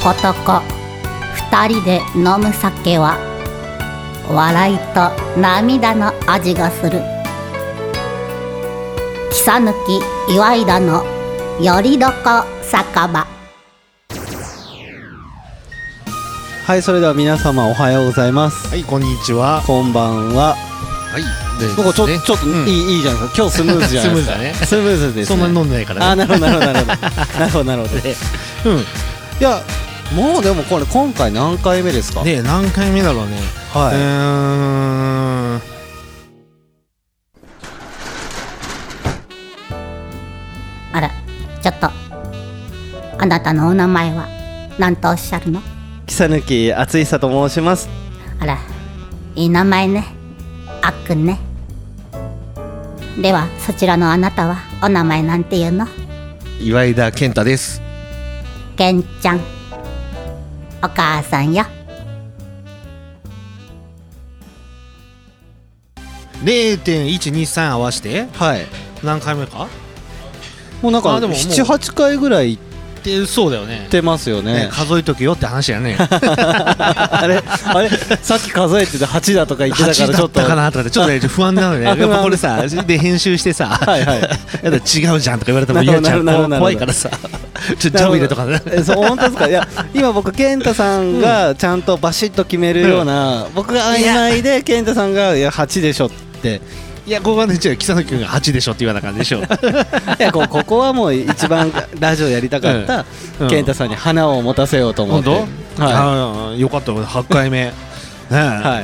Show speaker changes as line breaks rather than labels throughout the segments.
男二人で飲む酒は笑いと涙の味がする草抜き岩井田のよりどこ酒場
はいそれでは皆様おはようございます、
はい、こんにちは。
こんばんは
はい。で
ここちょ,、
ね
ちょっといい,、
うん
いいじゃないですか今日スムーズじゃないですか
スムーズだね
スムーズです、ね、
そんなに飲んでないから
あ
ね。
なるほどなるほどなるほどなるほどなるほどい
うん。
やもうでもこれ今回何回目ですか、
ねえ何回目だろうね。う
は
ーん。
あらちょっとあなたのお名前は何とおっしゃるの
い草抜き厚久と申します
あらいい名前ねあっくんねではそちらのあなたはお名前なんていうの
岩井田健太です。
けんちゃんお母さんよ
0.123合わせて
はい
何回目か
もうなんか
あでももう
78回ぐらい行
ってそうだよね
っ。てますよ
ね
ね
数えとけよって話やね。
あれあれさっき数えてて8だとか言ってたか
8
ら
だ
ちょっ
っ
と
たかなとかでちょっ とね不安なのね。やっぱこれさ、で編集してさ、
はいはい
やだ違うじゃんとか言われても嫌じゃん。
なるほどなるほどなるほど
怖いからさ、ちょっとジャブ入れとかね。
えそう本当ですかいや今僕健太さんがちゃんとバシッと決めるような、僕が曖昧で健太さんが「いや8でしょ」 って
いや、ここはね、違う、木更君が8でしょって言わな感じでしょ。
いやこうここはもう一番ラジオやりたかった
うんうん
健太さんに花を持たせようと思
本
って、
当
は
あーよかった、8 回目。ねえ
い、はい、
8
な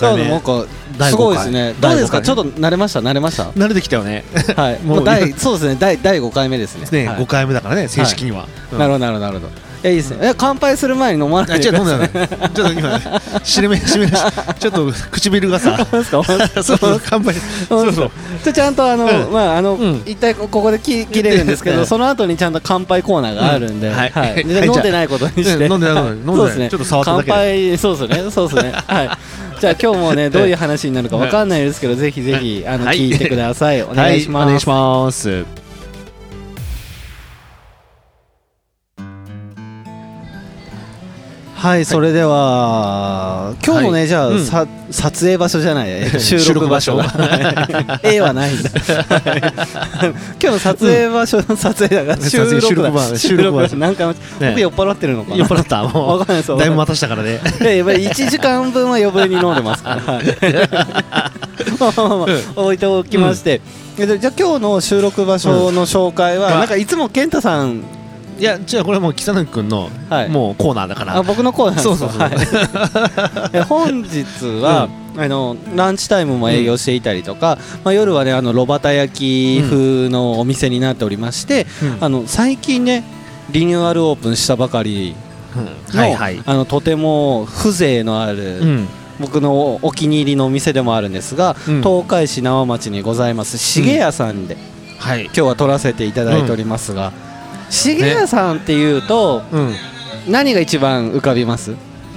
回
ので
目
なん。か
第
す
五
ごい
回
ですねど
第
う
五回
ですかちょっと慣れました慣れました
慣れてきたよね。
はい
もう
もう第そうですね第第5回目ですね
ね、
はい
5回目だからね、正式には。
なるほどなるほどなるほどいやいいですねいや乾杯する前に飲ま
あ、
ない
違う、
で
飲ん
く
で
ださ
な いい。ちょっと今、締め、締め、ちょっと唇が さ、
なんすか本当です
そ
か
うそう、乾杯。そうそう。
じゃあちゃんとあの、
うん
まああの、
うん
一体ここで切切れるんですけ
う
ど、
ん
その後にちゃんと乾杯コーナーがあるんで、
うん
は
はいい
はい
はい
飲んでないことにして、
うん飲んでない
はい
飲んでな い
そうですね
ちょっと触っただけで
乾杯そうですねそうです ねはいじゃあ今日もねどういう話になるかわかんないですけど、ぜひぜひあの、
はい
聞いてくださいお願いします、
はお願い します。
はい、それでは、今日のね、
はい
じゃあ、
うん
さ撮影場所じゃない、えっと収
収
録
録
場
場
所
所
が。 絵はないんだ。はい今日の撮影場所の撮影だから、
ね
収録
撮影収録場
だ。
所
収録
収
場
録
所、
場
何回も、
ね
僕酔っ払ってるのか
酔っ
な。
払った、も
わかんないそう
う。だいぶ待たしたから ね。
いややっぱり1時間分は余分に飲んでます から、はいまあまあまあまあ置いておきまして、えっとじゃあ今日の収録場所の紹介は、
うん
なんかいつも健太さん、
いや、じゃあこれはもう、木更君の
はい、
もうコーナーだか
あ
ら。
僕のコーナーです
そうそうそう
はい え本日は、あのランチタイムも営業していたりとか、まあ、夜はねあの炉端焼き風のお店になっておりまして、
うん
あの最近ねリニューアルオープンしたばかり
うん
の,、
はいはい。
あのとても風情のある、
うん。
僕のお気に入りのお店でもあるんですが、
うん
東海市縄町にございます茂屋さんで、
はい。
今日は撮らせていただいておりますが、茂屋さんっていうと、
うん。
何が一番浮かびます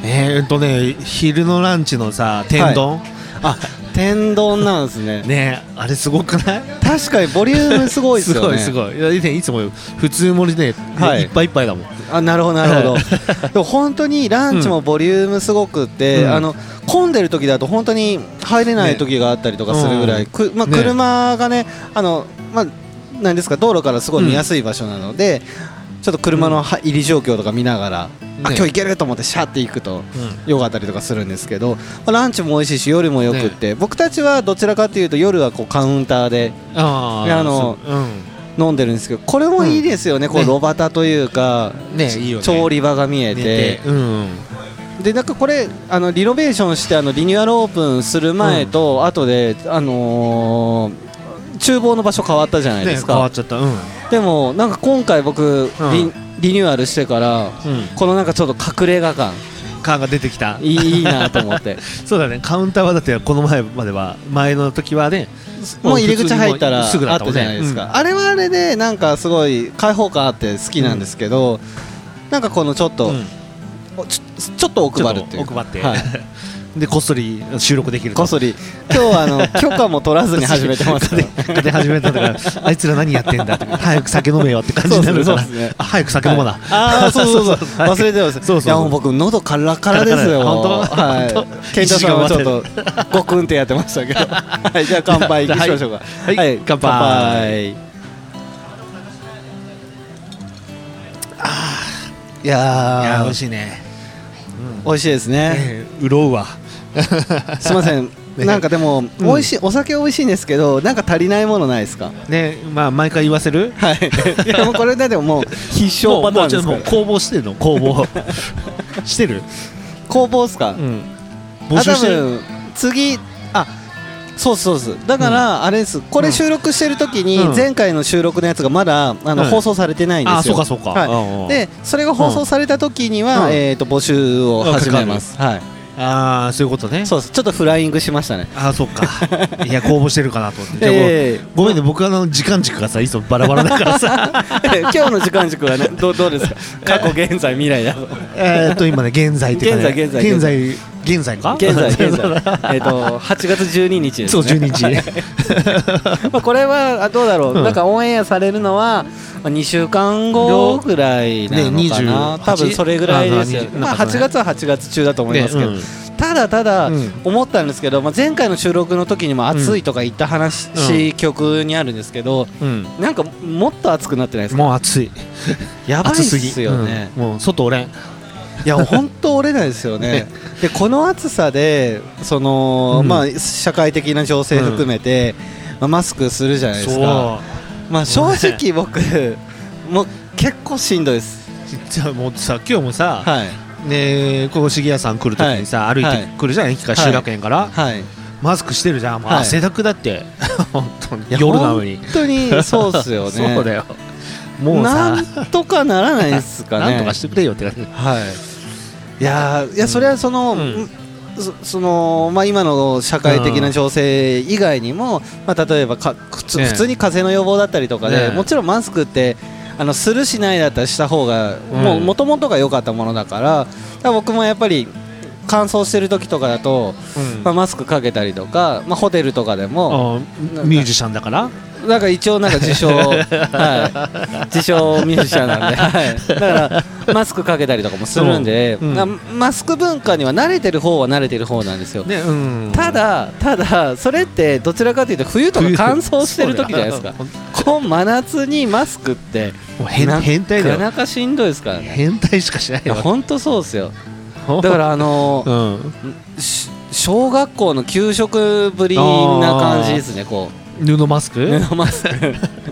えーっとね、昼のランチのさ、天丼。
あ天丼なんですね
ねあれすごくない
確かにボリュームすごいです
す
よ
ご
ね
いすごいいや以前いつも普通盛りでね
はい
いっぱいいっぱいだもん
あなるほどなるほどでも本当にランチもボリュームすごくって、
うん
あの混んでる時だと本当に入れない時があったりとかするぐらい、
ね
くまあ、
ね
車がねあの、まあ、なんですか道路からすごい見やすい場所なので、ちょっと車のは入り状況とか見ながら、あ
ね
今日行けると思ってシャって行くとよかったりとかするんですけど、まあ、ランチも美味しいし夜もよくって、僕たちはどちらかというと夜はこうカウンターで
あ
いやあの
そううん
飲んでるんですけどこれもいいですよね、こう
ね
炉端というか、
ねいいよね
調理場が見えて
でうん
でなんかこれあのリノベーションしてあのリニューアルオープンする前と、後であのー厨房の場所変わったじゃないで
ね
す
変わ
か、
っちゃったうん
でもなんか今回僕、
うん
リリニューアルしてからこのなんかちょっと隠れ家感
感が出てきた
いいいいなと思って
そうだねカウンターはだってこの前までは前の時はね
もう入り口入ったらあ
もう
っ
すぐだった
た
もん
じ
ね
ゃないですか、あれはあれでなんかすごい開放感あって好きなんですけど、なんかこのちょっと、
うん
おちょちょっと奥
ちょ
張
っ
る
と
っていうか
奥張って
はい
でこっそり収録できると
こっそり今日はあ の許可も取らずに始めてますから
勝手に始めた からあいつら何やってんだって早く酒飲めよって感じになるから
そうですねそうですね
あ早く酒飲まな、
あ あそう そうそう
はい
忘れてます
そうそう
いやもう僕喉カラカラですよ
カラカラ
はい
本 当
健太さんはちょっと
一
ゴクンってやってました けどはいじゃあ乾杯いきましょうか
はい乾杯
乾杯い
い
や
や
ー
ー美味しいね、
美味しいですね
えー、潤うわ
すいません
ね
なんかでも
うん
美味しいお酒美味しいんですけどなんか足りないものないですか
ねまあ毎回言わせる
はい いやもうこれだってもう必勝
もう
パタ
も
ー
う
ン
ちょ
です
っ
か
ともう
ら
工房してるの工房 してる
工房ですか
うん募
あ
集
多
してる
分次あそうそうそうですだから、あれですこ
う
れ
ん
収録してる時
う
に
ん
前回の収録のやつがまだあの、
うん
放送されてないんですよ
あそうかそうかうんう
は
ん
い、でそれが放送された時には、
うん
えー、と募集を始めます、はい
ああそういうことね
そうですちょっとフライングしましたね
ああそっか いや公募してるかなと思ってじゃあ
ええ
ごめんね僕あの時間軸がさいつもバラバラだからさ
今日の時間軸は ねどうどうですか過去現在未来だと
えーっと今ね現在っていうかね
現在現在
現在現在か
現在 現
そう
在えっと8月12日です
そう
ね
12日
まあこれはあどうだろう、
うん
なんかオンエアされるのはまあ2週間後ぐらいなのかな、
ね28
多分それぐらいですよ
あ、の
まあ、
なんかね
8月は8月中だと思いますけど、
ね
ただただ
うん
思ったんですけど、まあ、前回の収録の時にも暑いとか言った話、
う
曲にあるんですけど
うん
なんかもっと暑くなってないですか
もう暑い
やばいっ
暑すぎ
すよね、
うんもう外おれん
いや本当折れないですよね でこの暑さでその、
うん
まあ、社会的な情勢含めて、まあマスクするじゃないですか。まあ正直僕もう結構しんどいです。
じゃあもうさ今日もさ、
はい
ねえここ茂谷さん来るときにさ、
はい
歩い
はい
てくるじゃん、駅から修学園から、
はい。
マスクしてるじゃん、もう
はい
汗だくだって、 本当に夜なのに
本当にそうっすよね。
そうだよもうさ
なんとかならないですかね。
なんとかしてくれよって感じ
はい。いやーいやそれはその。
うんうん
そそのまあ、今の社会的な情勢以外にも、まあ、例えばか普通
ねえ
普通に風邪の予防だったりとかで、
ねえ
もちろんマスクってあのするしないだったらした方が
うん
もう元々が良かったものだからだから僕もやっぱり乾燥してる時とかだと、
うん
まあ、マスクかけたりとか、まあ、ホテルとかでも
あーミュージシャンだから
なんか一応なんか自 称、はい、自称ミュージシャンなんで、はい、だからマスクかけたりとかもするんで、
うんうん
なマスク文化には慣れてる方は慣れてる方なんですよ、
ねうん
ただただそれってどちらかというと冬とか
冬
乾燥してる時じゃないです か
そうだよ
こう真夏にマスクって
もう変
な
変態だ
なか
よ
なかしんどいですからね
変態しかしない
いや
よ
本当そうです よだからあの
うん
し小学校の給食ぶりな感じですねこう
布マスク
布マスク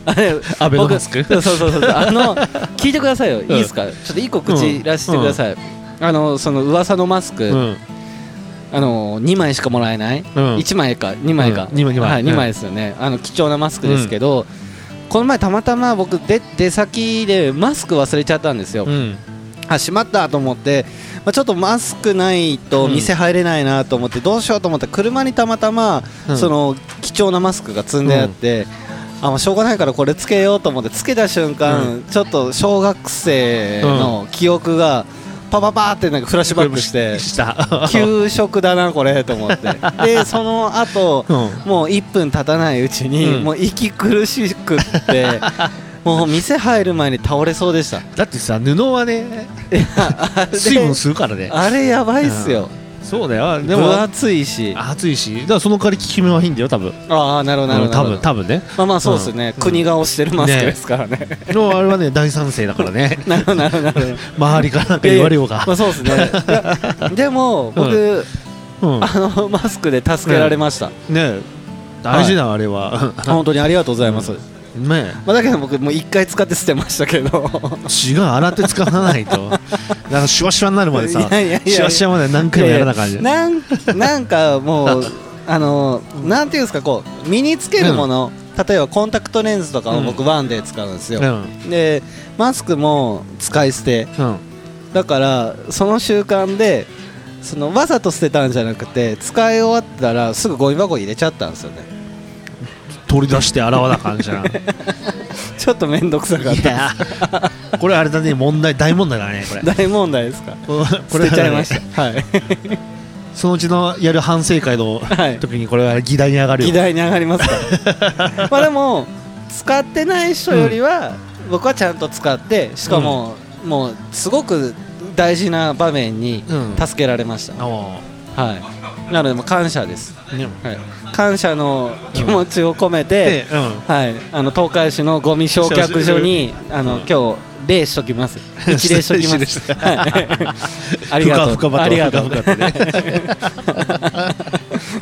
あれ
アベノ
僕
マスク
そうそうそうそうあの聞いてくださいよいいですか、ちょっと一個口
うん
出してください、あのその噂のマスク、
うん
あの2枚しかもらえない、
うん
1枚か2枚か、
うん二枚二枚
はい、
うん
2枚ですよね、あの貴重なマスクですけど、この前たまたま僕で出先でマスク忘れちゃったんですよ、
うん
あしまったと思って、まあ、ちょっとマスクないと店入れないなと思って、どうしようと思ったら車にたまたま、
うん
その貴重なマスクが積んであって、あまあ、しょうがないからこれつけようと思ってつけた瞬間、ちょっと小学生の記憶がパパパーってなんかフラッシュバック して。
した
給食だなこれと思って でその後、
うん
もう1分経たないうちに、
うん
もう息苦しくって もう店入る前に倒れそうでした
だってさ布はね水分吸うからね
あれやばいっすよ、
そうだよで
で
も
も暑いし
暑いしだからその代わり効き目はいいんだよ多分
ああなるほどなる
うん
ほど
多
なる
分
ほど
多分ね
まあまあそうですね、
うん
国が推してるマスクですからね
でもあれはね大賛成だからね
なるほどなるほどな るほど
周りからなんか言われよう
いや
が
いやまあそうですねいやでも僕、
うん
あのマスクで助けられました、
ね大事だあれは
本当にありがとうございます、
ね
まあ、だけど僕もう1回使って捨てましたけど
違う洗って使わない となんかシュワシュワにな るまでさ
いやいやいやいや
シュワシュワまで何回もやらなあかんじゃん
なんなんか もうあのなんていうんですかこう身につけるもの、例えばコンタクトレンズとかを僕ワンで使うんですよ、
うん
でマスクも使い捨て
うん
だからその習慣でそのわざと捨てたんじゃなくて使い終わったらすぐゴミ箱に入れちゃったんですよね
取り出して洗わなあかんじゃんい
ちょっと面倒くさかった
やこれ あれだね問題大問題だねこれ
大問題ですか
これ
捨てちゃいましたはい
そのうちのやる反省会の
はい
時にこれは議題に上がる
議
よ
題に上がりますから まあでも使ってない人よりは、僕はちゃんと使ってしかも、もうすごく大事な場面に
うん
助けられました、
あ
はいなのでもう感謝です、
あね
はい、感謝の気持ちを込め
で
て、
うん
はい、あの東海市のゴミ焼却所 にあの、今日礼しときます一礼しとき
一礼
ま
し
す
て
はいありがとう
ふかふかバトル
ありがとう
ふかふかってね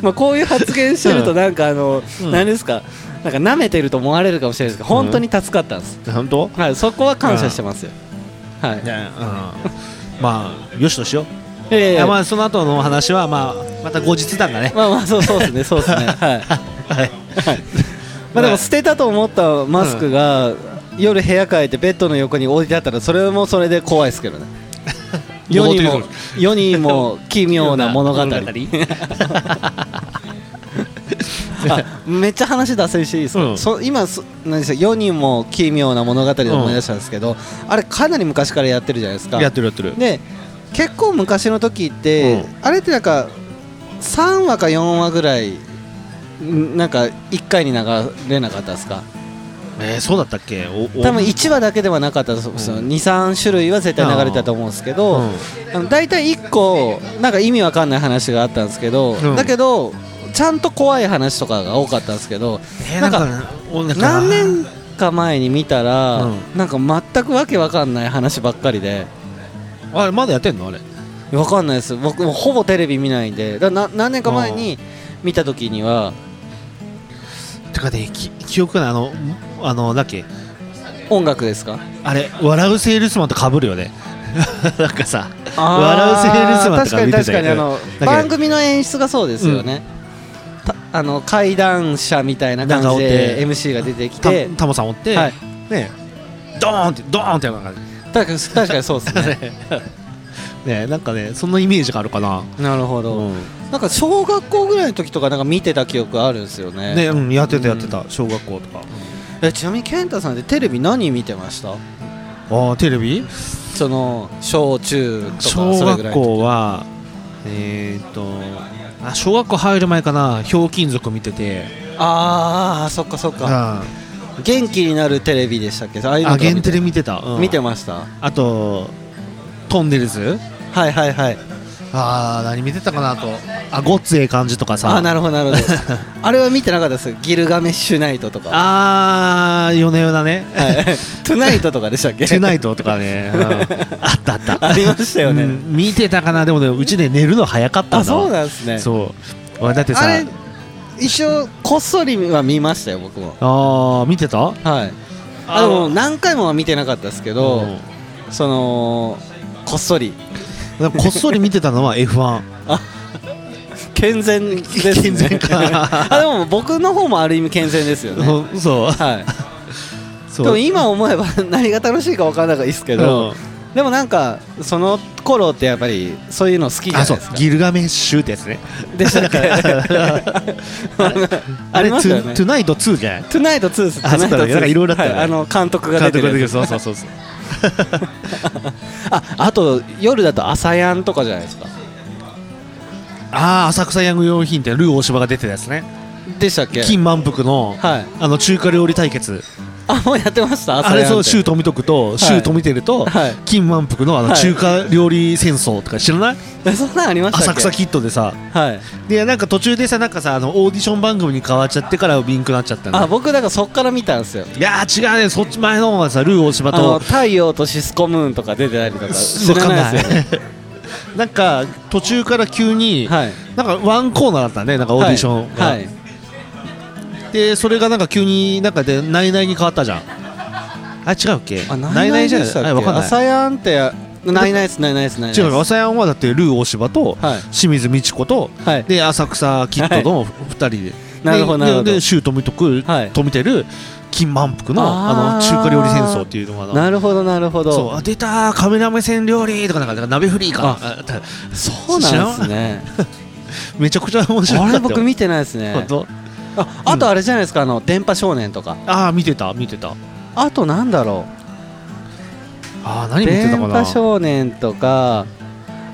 まあこういう発言してるとなんかあの、
うん
何ですかなんか舐めてると思われるかもしれないですけど本当に助かったんです、
本当
はい、そこは感謝してますよ、はい、
ねうんまあよしとしよう
え
い
え
やま
まあ
あその後のお話はまあまた後日談がね
まあそうそうですねそうですね はい、はい
はい
まあ、でも捨てたと思ったマスクが、夜部屋変えてベッドの横に置いてあったらそれもそれで怖いです けどね世にも世にも奇妙な物 語あめっちゃ話脱線していいですか、
うん
そ今そ何でした世にも奇妙な物語で思い出したんですけど、あれかなり昔からやってるじゃないですか
やってるやってる
で結構昔の時って、あれってなんか3話か4話ぐらいんなんか1回に流れなかったですか
えーそうだったっけおお
多分1話だけではなかったと思うんですよ、23種類は絶対流れてたと思うんですけど、
うん
あの大体1個なんか意味わかんない話があったんですけど、
うん
だけどちゃんと怖い話とかが多かったんですけど、
えー
な
なん
か
んかおなんか
何年か前に見たら、
うん
なんか全くわけわかんない話ばっかりで
あれまだやってんのあれ
わかんないです僕もうほぼテレビ見ないんでだな何年か前に見た時には
てかねき記憶ないあのあのだっけ
音楽ですか
あれ笑うセールスマンと被るよね なんかさ笑う
あ
セールスマンと
確
か
かに
見て
確
た
かに
け
あ
ど
の
けど
番組の演出がそうですよね、たあの怪談者みたいな感じで
なん
MC が出てき
た
て
タモさんおって、
はい
ねドーンってドーンってなんか
確かに確かにそう ですね
ねなんかねそんなイメージがあるかな
なるほど、なんか小学校ぐらいの時とかなんか見てた記憶あるんですよね
ね、うん、やってたやってた、小学校とか
えちなみに健太さんってテレビ何見てました
ああテレビ
その小中とか
小
それぐらい
学
の時
校はえー、っとあ小学校入る前かなひょうきん族見てて
ああそっかそっか
あ
元気になるテレビでしたっけああいうのと
あ
か見て
ゲンテレ見てた、うん
見てました
あとトンネルズ
はいはいはい
ああ何見てたかなとあごっつええ感じとかさ
あなるほどなるほど あれは見てなかったですギルガメッシュナイトとか
あー夜な夜なね、
はいトゥナイトとかでしたっけ
トゥナイトとかね、 うんあったあった
ありましたよね
うん見てたかなでもねうちで寝るの早かった
あそう
だ
なんですね
そう俺だってさ
あれ一応こっそりは見ましたよ僕も
あー見てた
はいあ
あ
でも何回もは見てなかったですけど、
うん
そのこっそり
でもこっそり見てたのは F1
健全ですね
健 全か
あでも僕の方もある意味健全ですよね
うんそう
はい
そ
で
う
も今思えば 何が楽しいか分からないですけど、
うん
でもなんかその頃ってやっぱりそういうの好きじゃな
あ
いで
そ
す
う
か
ギルガメッシュってやつね
でしたっけありましたよ
トゥ
ね
トゥナイト2じゃない
トゥナイト2です
あそうだね
トゥナイトツー
なんかいろいろあったよね
はいあの監督が
監
出て
督が出て
る
く
や
る
つ
そうそうそうそう
ああと夜だと朝やんとかじゃないですか
ああ浅草ヤング用品店ルー大芝が出てたやつね
でしたっけ
金満腹の、
はい
あの中華料理対決
あもうやってました
あ
朝
れ
やん
そ
っ
う
て
周富徳と
い
周富てると、
はい
金満腹のあの
はい
中華料理戦争とか知らない、
えそんなんありました
浅
っけ
草キッドでさ
はい
でなんか途中でさなんかさあのオーディション番組に変わっちゃってからビンクなっちゃったん
あ
だ
僕だからそっから見たんですよ
いやー違うねそっち前の方がさルー大
あ
島
の
と
太陽とシスコムーンとか出てたりとか知
わ
ら
かん
ない
な
ですよね
い なんか途中から急に、
はい
なんかワンコーナーだったねなんかオーディションが、
はいはい
でそれがなんか急になんかでナイナイに変わったじゃんあ違うっけ
あないないじゃ
ナイナイ
でしたっ
あわ
け
かんない
朝やんってないないですないないですないない
違う
です
朝やんはだってルー大柴と
はい
清水美智子と、
はい
で浅草キッドの2人で、
なるほど
で
なるほど
でで周富徳、
はい
富てる金満腹のあ
あー
の中華料理戦争っていうのが
なるほどなるほど
そうあ出たーカメラ目線料理とかなんかなんか鍋フリーか
あ
あた
そうなんですね
知らんめちゃくちゃ面白か
あ
った
れ
よ
僕見てないですね
本当
ああとあれじゃないですかあの電波少年とか
ああ見てた見てた
あとなんだろ
ああ
う
何見てた
電
か
波
な
少年とか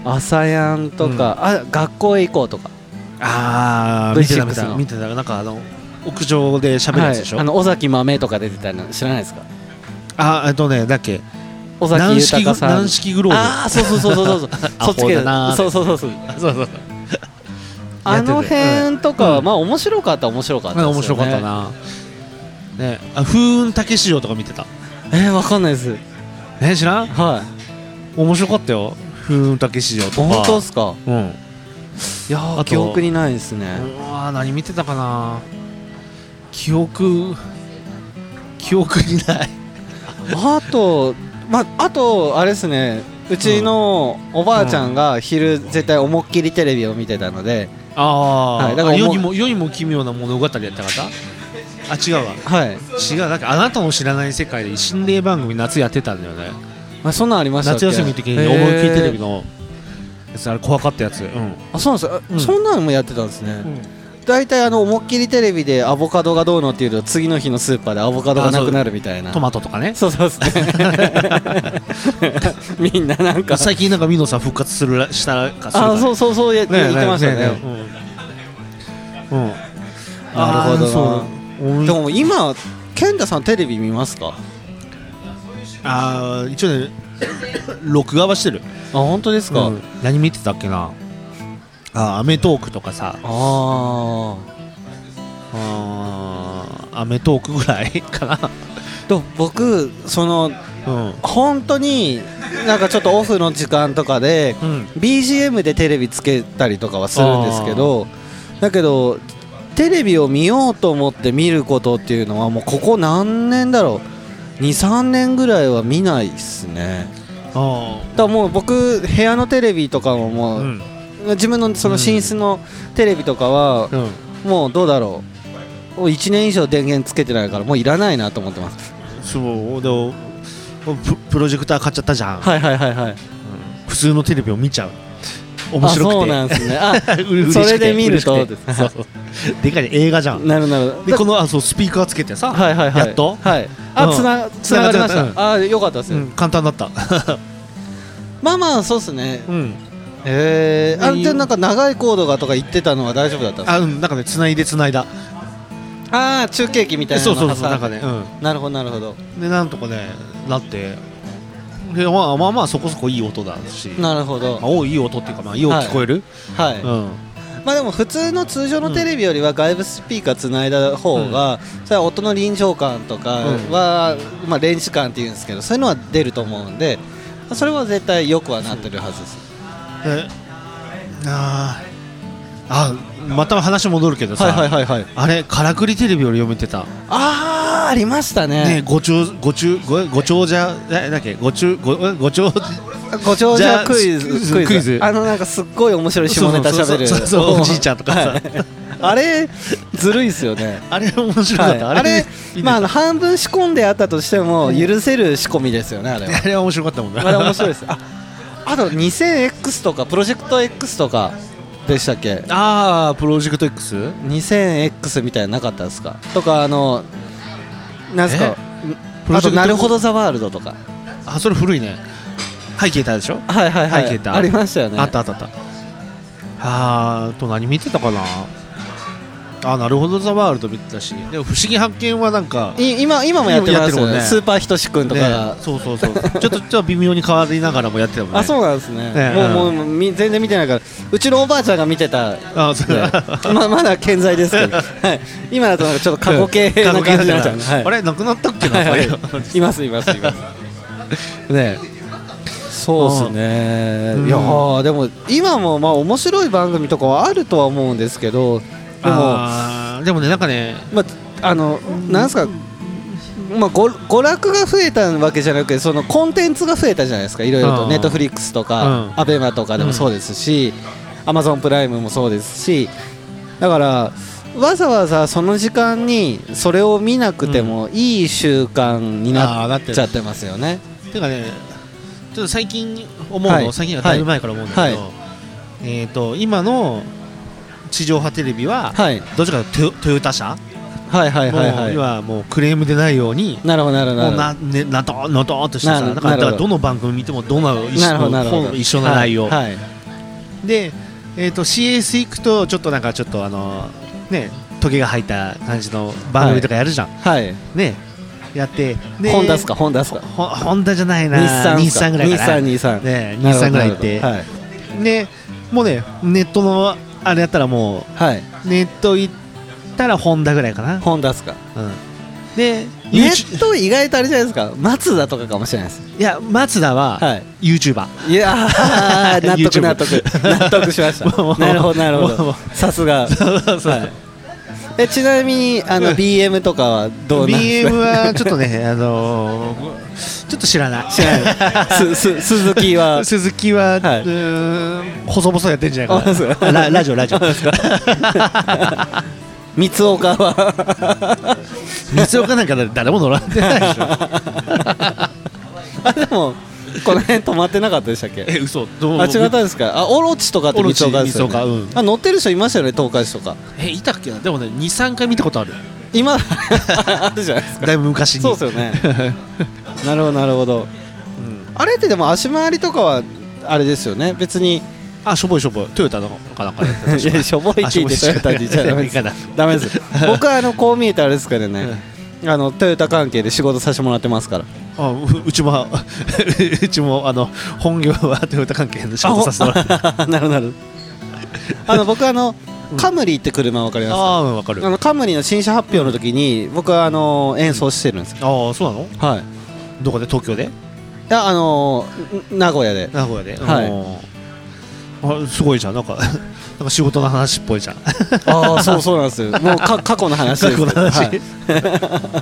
朝やんとか、あ学校へ行こうとか、
ああ
V6
見てた見てた
の
見てたなんかあの屋上で喋るやつでしょ、
はいあの尾崎豆とか出てたの知らないですか
あえっとねだっけ
尾崎
軟式
豊
グ
さん
軟式グロー
ああそうそうそうそう そうそう
ア
そっち
ホ
系
だなー
そうそうそうそう
ブそうそう
あの辺とかは、
うん
まあ面白かったは面白かったですよ、ね、
面白かったなねあ風雲竹市場とか見てた
えー、わかんないです
ね知らん
はい
面白かったよ風雲竹市場とか
本当ですか
うん
いやー
あと
記憶にないですね、
うわー何見てたかな記憶記憶にない
あと、まあ、あとあれですねうちのおばあちゃんが昼絶対思いっきりテレビを見てたので、
あー、
はいだ
だ
から
か
思
ら世
う
にも世にも奇妙な物語やった方あ違うわ
はい、
違うだってあなたの知らない世界で心霊番組夏やってたんだよね
まあ、そんなんありましたっけ
夏休みの時に
へー
思いっきりテレビのやつあれ怖かったやつうん
あそうなんですよ、あ
うん
そんなのもやってたんです
う
ね
ん
大体、あの思いっきりテレビでアボカドがどうのっていうと次の日のスーパーでアボカドがなくなるみたいな
トマトとかね
そうそう ですね みんななんか
最近なんかミノさん復活するらしたらかするから
あそうそうそうやって言ってましたね
うん、うん、
なるほどな
ど
でも今健太さんテレビ見ますか
ああ一応ね録画はしてる
あ本当ですか、
うん何見てたっけなあーアメトーークとかさ
ああ
あーアメトーークぐら いかな
と僕その
うん
本当になんかちょっとオフの時間とかで
うん
BGM でテレビつけたりとかはするんですけどだけどテレビを見ようと思って見ることっていうのはもうここ何年だろう23年ぐらいは見ないっすね
あ
だからもう僕部屋のテレビとかも
ー
も
う
うん自分のその寝室のテレビとかは
うん
もうどうだろうもう1年以上電源つけてないからもういらないなと思ってます
そうでもププロジェクター買っちゃったじゃん、
はいはいはいはい
普通のテレビを見ちゃう面白くて
あそうなんですねあ
嬉しくて
それで見ると
嬉しくてそうそうでかいね映画じゃん
なるなる
でこのあそうスピーカーつけてさ、
はいはいはい
やっと
はいあ
うん
つなつながりまし
つながった
たあよかったです
う
ね
ん、簡単だった、
まあまあそうっすね
うん、
えーあ
いい
でなんか長いコードがとか言ってたのは大丈夫だったんですか
あうんなんかね繋いで繋いだ
ああー中継機みたいな
そ
の
うそうそう
挟
なん
ん
か
で
ね、うん
なるほどなるほど
でなんとかねなってでまあまあまあそこそこいい音だし、ま
なるほど
あ、おういい音っていうかまあよう聞こえる、
はいまあでも普通の通常のテレビよりは外部スピーカーつないだ方が、それは音の臨場感とかは、まあレンジ感っていうんですけどそういうのは出ると思うんでそれは絶対よくはなってるはずです
うんであーあまた話戻るけどさ、
はいはい
あれからくりテレビより読めてた、
ああありました
ね
ね
ご長ご中ごご長者えなんだっけご中ごご長
ご長
じゃ
者
あ
クイズ
クイズ
クイ
クイ
ズ
ズ
あのなんかすっごい面白い下ネタ喋る
そうそうそうそうそうおじいちゃんとかさ
はいあれずるいですよね
あれ面白か
は
っ
い
た、
あれ
いいね
まああの半分仕込んであったとしても許せる仕込みですよねあれは
あれは面白かったもんね
あれ面白いですああと 2000X とかプロジェクト X とかでしたっけ
ああプロジェクト X?
2000X みたいなのなかったですかとかあのなんすか
プロ
あ
ジ
と
ェクト
なるほどザワールドとか
あそれ古いね背景いたでしょ、
はいはいはい
背景いた
ありましたよね
あったあったあったあーあと何見てたかなあなるほどザワールド見てたしでも不思議発見はなんか
い今今もやって
やっ
ま
て
す
るも
よ
ん
ね
ね
スーパーひとしくんとかが、
ねそうそうそうちょっとちょっと微妙に変わりながらもやってたもんね
あそうなんですね
ね
もう
う
もうみ全然見てないからうちのおばあちゃんが見てたんで
あそう
ままだ健在ですけど、はい、今だとなんかちょっと過去形な感じになっちゃうね、はい
あれなくなったっけな、
はいはい
こ
いますいますいます
れ ね
そうですね、
うん
いやーでも今もまあ面白い番組とかはあるとは思うんですけどでも
あーでもねなんかね
まああのなんすか、まあ、ご娯楽が増えたわけじゃなくてそのコンテンツが増えたじゃないですかいろいろ
う
と
ん
ネットフリックスと
うん
か、アベマとかでもそうですし、アマゾンプライムもそうですしだからわざわざその時間にそれを見なくてもいい習慣に
あー
な
な
っ
ってる
ちゃってますよね。
てかねちょっと最近思うの、
はい
最近はだいぶ前から思うんだけど、
は
えっ、と今の地上波テレビは、
はい、
どっちかというとトヨトヨタ社、
はい、はいはい
もう
はい
要はもうクレームでないように
なるほどなるほど
も
な
う
るほど
なねなとのとーっとしてさ
なる
だか
な
ら
るほど
だからどの番組見てもどんな一
なるほどなるほ
緒
ど
一緒の内容、
はいはい
で、えー、と CS 行くとちょっとなんかちょっとあのねトゲが入った感じの番組とかやるじゃん、
はい
ねやってで
本出すか本出すか
ほホンダじゃないな
日産
日産ぐらいかな
日産日産
ね日産ぐらい行って、
なるほ
でもうねネットのあれやったらも
どはい、はい、
うネット行ったらホンダぐらいかな、
本出すか
うん、で
ネ
YouTube
ット意外とあれじゃないですか松田とかかもしれないです
いや松田は、
はい
YouTuber
いやー納得
YouTube
納得納得しまし
もう
たなるほどなるほ
もうも
どさす がはいえちなみにあの
うん
BM とかはどうなんです
BM
か
はちょっとね、 あのーちょっと知らない。
知らないすす鈴木 は
鈴木
はい
は、
う
ーん細々やってんじゃない
あそう
かな。ララジオラジオ。
三岡は
三岡なんか誰も乗られてないでしょ。
あでもこの辺止まってなかったでしたっけ
え嘘。ど
あ違ったんですかあオロチとかって三岡ですよ、
オロチ三岡うん
ね、あ乗ってる人いましたよね東海市とか
えいたっけな。でもね二三回見たことある。
今 あるじゃないですか
だいぶ昔に。
そうですよね なるほどなるほど、あれってでも足回りとかはあれですよね別に
あしょぼいしょぼい。トヨタのかなんかやってたで
いやしょぼいって言ってトヨタに言っちゃダメで
いいかな
す ダメです僕はあのこう見えてあれですからね、あのトヨタ関係で仕事させてもらってますから
あううちも うちもあの本業はトヨタ関係の仕事させてもらって。
あ なるほどなるほどあの僕あのカムリーって車わかります
ああうんわかる。
あ
あ
のカムリーの新車発表の時に僕はあの演奏してるんですよ
あそうなの？
はいい
どこで東京で？
やあのん名古屋で
名古屋で、
はい
い、あすごいじゃんなんか なんか仕事の話っぽ いじゃん
ああそうそうなんです よもうか過去の話ですけど
過去の話
はい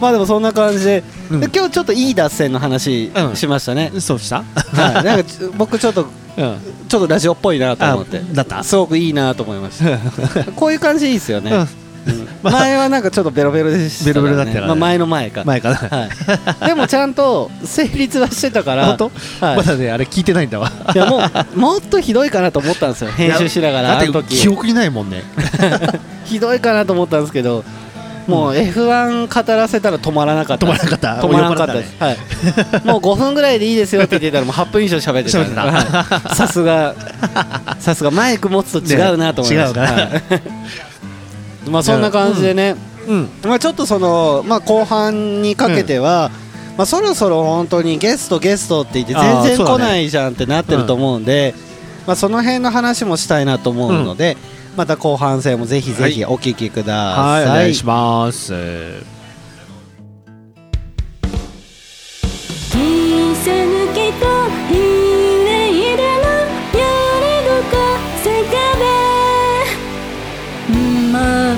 まあでもそんな感じで,、
うん
で今日ちょっといい脱線の話
うん
しましたね、
そうした、
はい、なんかち僕ちょっと
うん、
ちょっとラジオっぽいなと
あ
思って
だった
すごくいいなと思いました こういう感じいいですよね、
うん
うん前はなんかちょっとベロベロでしたから、ね、
ベロベロだったからね
まあ、前の前か
前かな、
はい、でもちゃんと成立はしてたから
本当、
はい
まだねあれ聞いてないんだわ
いやもうもっとひどいかなと思ったんですよ編集しながらあ
だ
の
って記
時
憶にないもんね
ひどいかなと思ったんですけどもう F1 語らせたら止まらなかった
止まらなかった
止まらなかったです、はい、もう5分ぐらいでいいですよって言ってたらもう8分以上喋ってた
喋ってた
はいさすがさすがマイク持つと違うなと思いました、
ね違うな
はいまあそんな感じでね、
うん
まあ、ちょっとその、まあ、後半にかけては、まあ、そろそろ本当にゲストゲストって言って
あー
全然
そうだ
来
ね
ないじゃんってなってると思うんでまあ、その辺の話もしたいなと思うので、また後半戦もぜひぜひお聞きくださ
はい
い。
お願いします
「切さ抜けたひれ入れのやりどかせかべ」んーまあ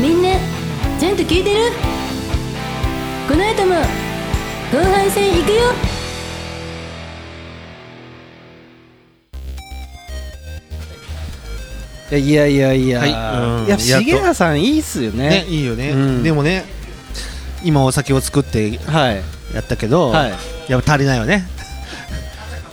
みんなちゃんと聞いてるこの後も後半戦行くよ
いやいやいや、
はいう
い
ん
や
やっと
重原さんいいっすよ
ね
ね。
いいよね、
うん
でもね今お酒を作って
はい、
やったけど、
はい、
やっぱ足りないよね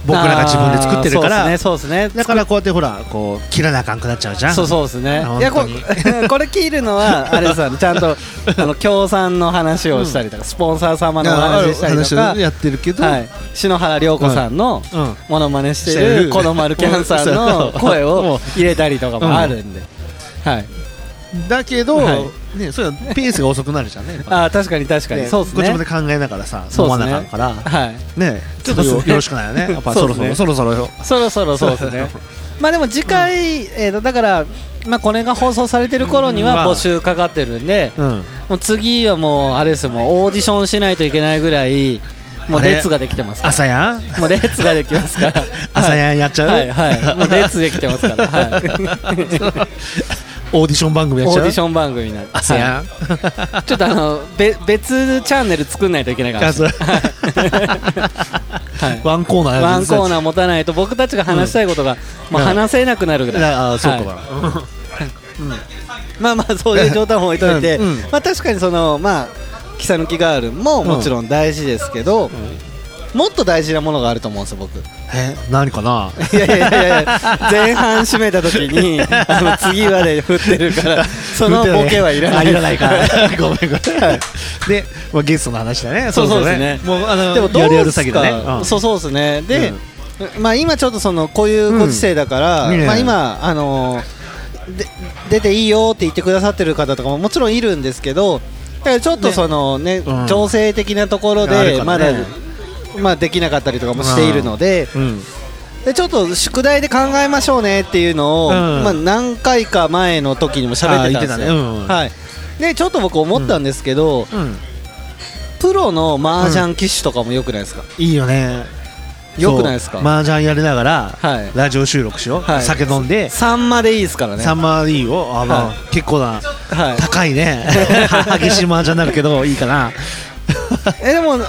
僕らが自分で作ってるから、
あーそうですねそうですね
だからこうやってほらこう切らなあかんくなっちゃうじゃん
そうそうですね
あ
いやこ
本
これ切るのはあれさちゃ んとあの協賛の話をしたりとか、スポンサー様のお話したりとか
話をやってるけど、
はい、篠原涼子さんの
うんうん
モノマネして
して
る
る
この丸キャンさん の声を入れたりとかもあるんで、はい、
だけど、
は
ね、それはペースが遅くなるじゃんね。やっぱ
あー確かに確かに、
ね
そうです
こっち
ね
まで考えながらさ、
そうっすね
飲まなあかんから、
はい、
ね、ちょっと
そうっす
よ
ね
よろしくないよね。やっぱ
そ
そ
っ
うろ
す
そ
ね
ろそろそろよ。
そろそろそうです ねまあでも次回、えーとだから、まあ、これが放送されてる頃に
うんま
は
あ
募集かかってるんで、
うん。
もう次はもうあれですよもうオーディションしないといけないぐらいもう
あれ
列ができてますから
朝や ん。
もう列ができますから
朝やんやっちゃう。
はい はいもう列できてますから、はい、
オーディション番組やっ
オー
ちゃう。
ディション番組なんで
朝
は
やん。
いちょっとあのべ別チャンネル作んないといけないか
あ
ら
そう
はい
ワンコーナーやる
ワンコーナー持たないと僕たちが話したいことがもう話せなくなるぐらい、
ああ、そうか
は
か
いまあまあそういう冗談も置いといて、
うんうん
まあ確かにそのまあキサヌキガールももちろん大事ですけど、もっと大事なものがあると思うんですよ僕
え、何かな。
いやいやいやいや 前半締めた時にあの次まで振ってるからそのボケはいらない
あいらないから ごめんごめんで、まあ、ゲストの話だね
そうそう
ろろ
ですね
もうあの
でもど
や
う
るや
で
る
す
詐欺
か
だねうん
そうそうですねで、
うん
まあ今ちょっとそのこういうご時世だから、
うんねえ
まあ今あのーで出ていいよって言ってくださってる方とかももちろんいるんですけどだからちょっとそのね
うん
情勢的なところ
あ
で
るから
まだ、
ね
まあできなかったりとかもしているので、
うん
でちょっと宿題で考えましょうねっていうのを、
うん
まあ、何回か前の時にも喋ってたんですよ、
あー言ってたねうんうん
はい、でちょっと僕思ったんですけど、
うん
プロの麻雀機種とかもよくないですか、
いいよね
よくないですか、
マージャンやりながら
はい、
ラジオ収録しよう、
はい
酒飲んで
3までいいですからね、
サンマーいいよあ、まあ結構な
はい、
高いね激しいマージャンになるけどいいかな
えでも例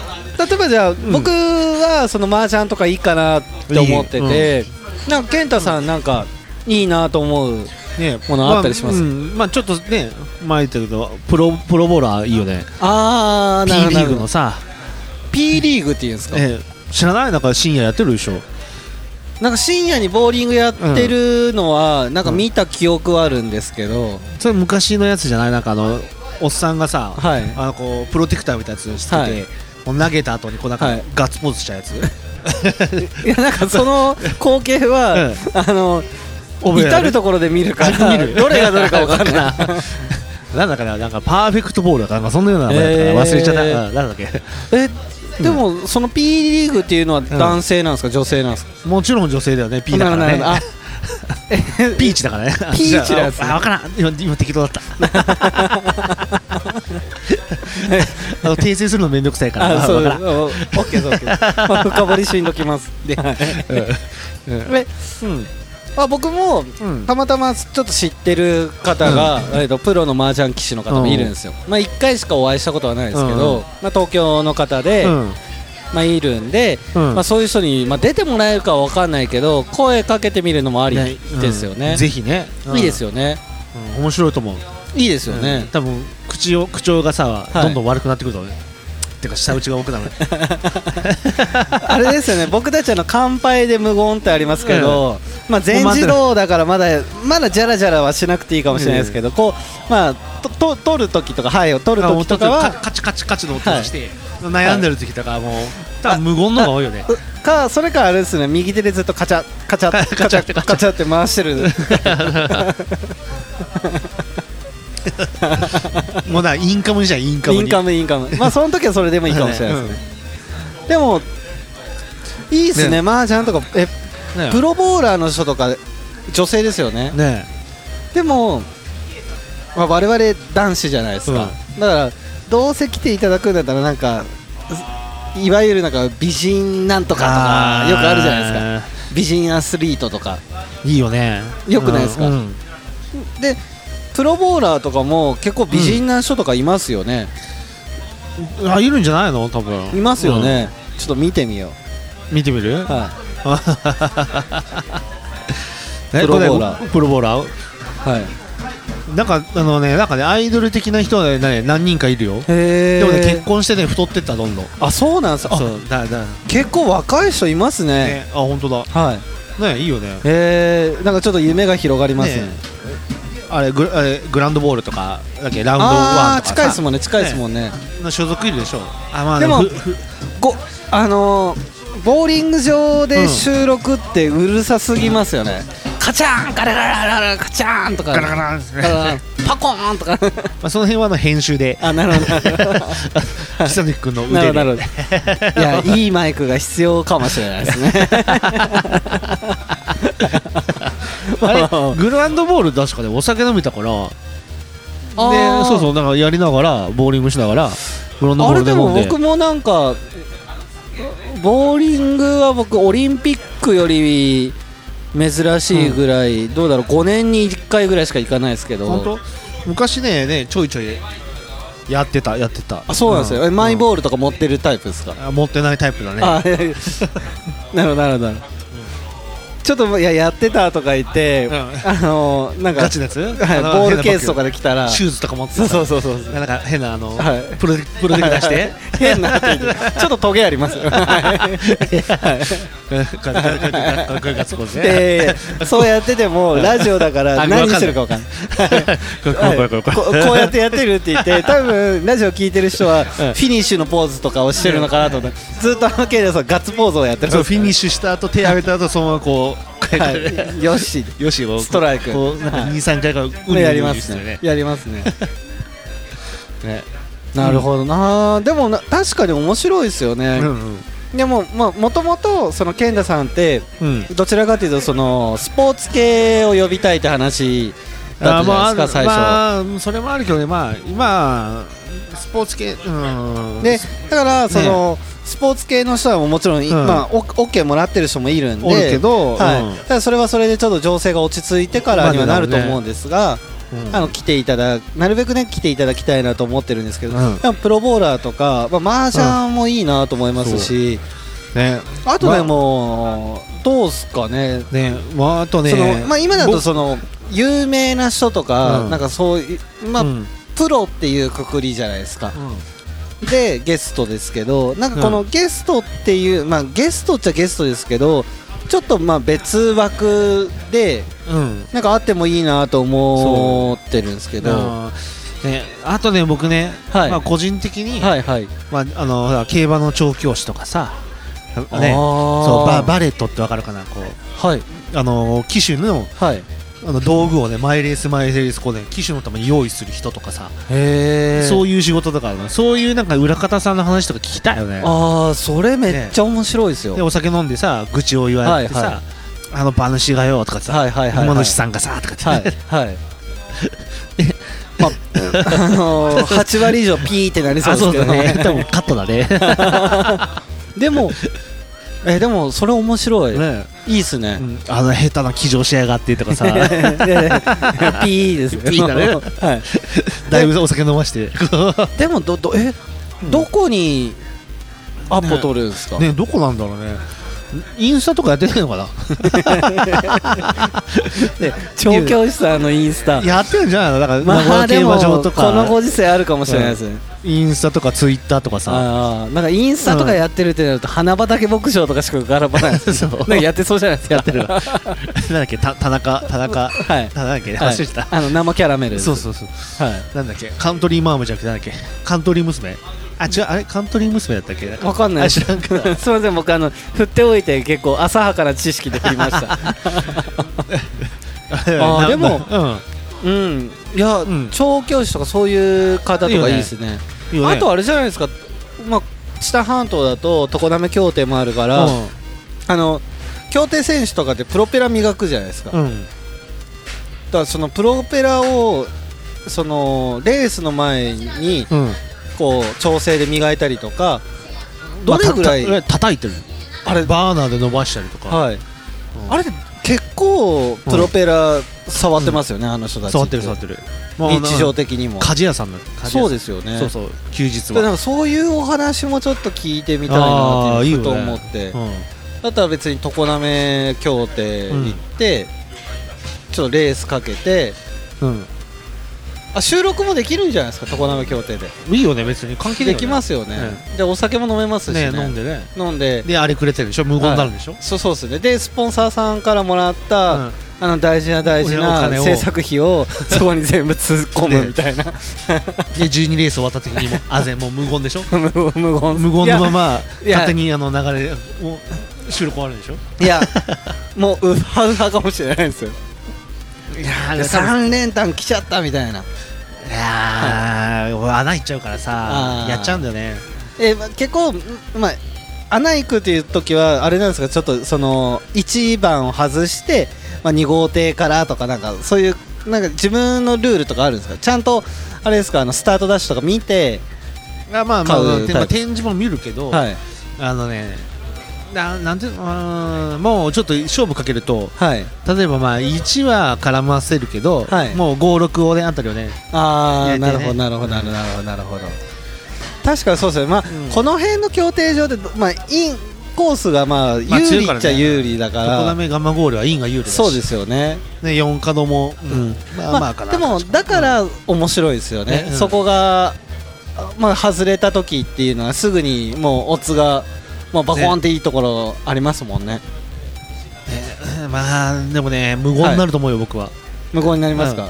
えばじゃあ、僕はその麻雀とかいいかなって思ってて、なんか健太さんなんかいいなと思う
ね
ものあったりします
まあうんまあちょっとね前言ったけどプロプロボーラーいいよね
あ
P リーグのさ、
P リーグっていうんですか、
ええ知らない中深夜やってるでしょ
なんか深夜にボーリングやってるのは、なんか見た記憶はあるんですけど、
それ昔のやつじゃないなんかあのおっさんがさ、
はい
あのこうプロテクターみたいなやつしてて、
はい
もう投げた後にこうなんか、
はい
ガッツポーズし たやつ
いやなんかその光景は、
うん
あの
覚えら
至
れる
る所で見るから
見る
どれがどれか分からない
なんだかななんかパーフェクトボールだからなんかそんなような名前だから忘れちゃった、
えー
うんなんだっけ
えでもその P リーグっていうのは男性なんですか、女性なんですか
もちろん女性だよね P だから
なるほどな
ね
るほどあ
ピーチだからね
ピーチだよ
あ分からん今今適当だった あの訂正するのめんどくさいから
あそう
分からん
オッケーそうオッケーまあ 深掘りしんどきますで、でまあ、僕も
うん
たまたまちょっと知ってる方が、えっとプロの麻雀棋士の方もいるんですよ、まあ、1回しかお会いしたことはないですけど、
うん
まあ、東京の方で、
うん
まあ、いるんで、
うん
まあ、そういう人に、まあ、出てもらえるかは分かんないけど声かけてみるのもありですよ
う
ね
ん、ぜひね、うん
いいですよね
うん面白いと思う
いいですよ
うん
ね、
多分口を口調がさ、
い
どんどん悪くなってくるとねてか舌打ちが 多くなる
あれですよね僕たちあの乾杯で無言ってありますけど、まあ、全自動だからまだまだじゃらじゃらはしなくていいかもしれないですけど、こうまあとと取る時とかはいを取る時とか
あもうちょっ
は
カチカチカチの音がして、悩んでる時とかもう多分無言の方が多いよね
うかそれかあれですね右手でずっとカチャカチャ カチャカチャカチャって回 してる
もうなインカムじゃんインカム
イ
に
ンカムインカムまあその時はそれでもいいかもしれないですね、でもいいっすね麻雀とかえ
ね
プロボーラーの人とか女性ですよね
ね
でも、まあ、我々男子じゃないですか、だからどうせ来ていただくんだったらなんかいいわゆるなんか美人なんとかと
あ
か
ー
よくあるじゃないですか美人アスリートとか
いいよね
良くないですか
うんうん
でプロボーラーとかも結構美人な人とかいますよね、
あいるんじゃないの多分
いますよ、ね、ちょっと見てみよう
うん見てみる、
は
ね
プロボーラー
これプロボーラー
い、はい、
なんかあのねなんかねアイドル的な人はね何人かいるよ
へ
でもね結婚してね太ってったどんどん
あそうなんですあ
そうだだ
結構若い人いますね
ねあ本当だ
はい
ねいいよね
えー、なんかちょっと夢が広がりますね
ねあれグあれグランドボールとかだっけラウンドワ
あ
ン
あ
とかさ
近いですもんね近いですもんね
の所属いるでしょあまあ
で
で
も
も
ごあのー、ボーリング場で収録ってうるさすぎますよね、カチャーンガラガラガラガラカチャーンとか
ガラガラですね
ガラガラパコーンとか
まあその 辺はあの編 集で
あなるほどなるほど
久根君の
なる
腕
ほどなる
で
ほどいやいいマイクが必要かもしれないです ね
あ
まあ
れグランドボール確かねお酒飲めたから
あー
でそうそうなんかやりながらボーリングしながらグランドボ
あ
ー
れ
ルで
で
飲ん
も
で
僕もなんかボーリングは僕オリンピックより珍しいぐらい、どうだろう5年に1回ぐらいしか行かないですけど
本当昔ねねちょいちょいやってたやってた
あそうなんですよ、え
う
マイボールとか持ってるタイプですか、
あ持ってないタイプだね
あいやいやなるほどなるほどなるほどちょっといややってたとか言って、
うん
あのなんか
ガチなやつ、
はい、
あの
ボールケースとかで
変なバッグ
来たら
シューズとか持って
そうそうそうそう
うなんか変なあの、
はい
プロデプロデク出して
変なって言ってちょっとトゲありますよ、は い
ガッツポーズね
でそうやっててもラジオだから
あ
何してるか分かんない
これこ
はい
れこれこ
こ
れ
こうやってやってるって言 って多分ラジオ聞いてる人はフィニッシュのポーズとかをしてるのかなと思ってずっとあのケイさんガッツポーズをやってる
そうフィニッシュした後手上げた後そのままこう、
はい、よし
よしを
ストライク
こうなんか
はい
二三回からう
これやりますねやります ねなるほどな、でもな確かに面白いですよ
う
ね、
んうん
でもまあもともとその健太さんって
うん
どちらかというとそのスポーツ系を呼びたいって話だったじゃないですか最初、
まあそれもあるけどねまあ今スポーツ系うん
でだからその、スポーツ系の人はもちろん、
ん
まあ、オッケーもらってる人もいるんで
おるけど
はい
うん
ただそれはそれでちょっと情勢が落ち着いてからには
ま
な
あね
ると思うんですが、
うん
あの来ていただなるべくね来ていただきたいなと思ってるんですけど、
うん
でもプロボウラーとか、まあ、麻雀もいいなと思いますし、
ね
あとね、
まあ
もうどうすかね
ねまああとね
そのまあ、今だと
僕
その有名な人とか、
うん
なんかそういう、まあ
うん
プロっていうくくりじゃないですか、
うん
でゲストですけどなんかこのゲストっていう、まあ、ゲストっちゃゲストですけどちょっとまあ別枠で
うん
なんかあってもいいなと思ってるんですけど、は
あーねあとね僕ね
はい
まあ個人的に
いはい、
まああのほら競馬の調教師とかさ
あ
ね
ー
そうババレットってわかるかなこう
はい
あの機種の
はいへ
あの道具をね毎レース毎レースこうね機種のために用意する人とかさ
え
そういう仕事とかあるのそういうなんか裏方さんの話とか聞きたいよね
ああそれめっちゃ面白いですよ、
でお酒飲んでさ愚痴を言われてさ、
はいは
あの馬主がよとかさ、
はいはいはいはい
馬主さんがさとかって、
はい はいまあ、あの ー、8割以上ピーってなりそう
あ
で
そ
す
う
け
だ
ど
ね
ね
多分カットだね
でもえでもそれ面白い、
ね
いいっすね、
うんあの下手な騎乗しやがってと か さ
いやいやいやいやピーですよ
ピーだね
はい、
だいぶお酒飲まして
でもどどえ、どこにアポ取るんですか、
ねどこなんだろうねインスタとかやってないのかな
調教師さんのインスタ
やってるんじゃないのだから、名古
ま
屋
あで
競
も
馬場と
この
か
ご時世あるかもしれないですね、
インスタとかツイッターとかさ
ああなんかインスタとかやってるってなると、花畑牧場とかしか浮からばないです
そう
なんかやってそうじゃないですか
やってるわなんだっけた田中田
は
中、
い
田中だっけ
はい
話した、
あの生キャラメル
そうそうそう
は
なんだっけカントリーマームじゃなくてなんだっけカントリー娘あ違うあれカントリー娘だったっけ
いわかんない
あ知らんか
すみません僕あの振っておいて結構浅はかな知識で振りました あー
な
でも
な
うんいや、
うん
調教師とかそういう方とかいいですね
うんいいよね
あとあれじゃないですか、まあ、知多半島だと常滑協定もあるから、あの協定選手とかってプロペラ磨くじゃないですか、
う
だ
んうん
からそのプロペラをそのレースの前に
うん
こう調整で磨いたりとかどれぐらい、
まあたた叩いてる
あれ
バーナーで伸ばしたりとか、
はい
うん
あれ結構プロペラ触ってますよね、あの人たち
触ってる触ってるもう
日常的にも
鍛冶屋さんの
そう
で
ですよね
そうそう休日
でなん
は
かそういうお話もちょっと聞いてみたいな
あ
っ
ー
て
い
い
いよ
う
ね
ふと思って、
うん
だったら別に常滑協定行って、ちょっとレースかけて
うん
あ収録もできるんじゃないですか常滑協定で
いいよね別に関係ない
できますよね、でお酒も飲めますし
ね
ね
飲んでね
飲んで
であれくれてるでしょ無言になるんでしょ、
そうそうですねでスポンサーさんからもらった、
うん
あの大事な大事
お
な
金を
制作費 をそこに全部突っ込むみたいな、
で12レース終わった時 にもうあぜもう無言でしょ
無言 無言
無言のまま
いや
勝手にあの流れもう収録終わるんでしょ
いやいやもうウハウハかもしれないですよ
いや
で3連単来ちゃったみたいない
やー、俺穴行っちゃうからさ
あ、ー
やっちゃうんだよね。
えーまあ結構、んまあ、穴行くっていう時はあれなんですかちょっとその1番を外して、まあ、2号艇からとかなんかそういうなんか自分のルールとかあるんですかちゃんとあれですかあのスタートダッシュとか見て、
あまあま
買
あ、
う
まあて
タ
ま
イ
あ、
プ
展示も見るけど、
はい
あのね、ななんていうのうーんもうちょっと勝負かけると、
はい、
例えばまあ1は絡ませるけど、
はい
もう5、6をね、あたりをね、
ああ、
入れてね
なるほどなるほどなるほどなるほど確かにそうですよねまあ、
ん
この辺の協定上で、まあ、インコースがまあ有
まあ
利
強いから
っち
ね
ゃ有利だか
常
ら、
滑ガンマゴールはインが有利だし
そうですよね。
ね4角も、う
うん
ん、まあまあかな
でもだから面白いですよね、
ねうん
そこが、まあ、外れた時っていうのはすぐにもうオッズが、まあ、バコーンっていいところありますもんね
うんまあでもね無言になると思うよ、僕は
無効になりますか、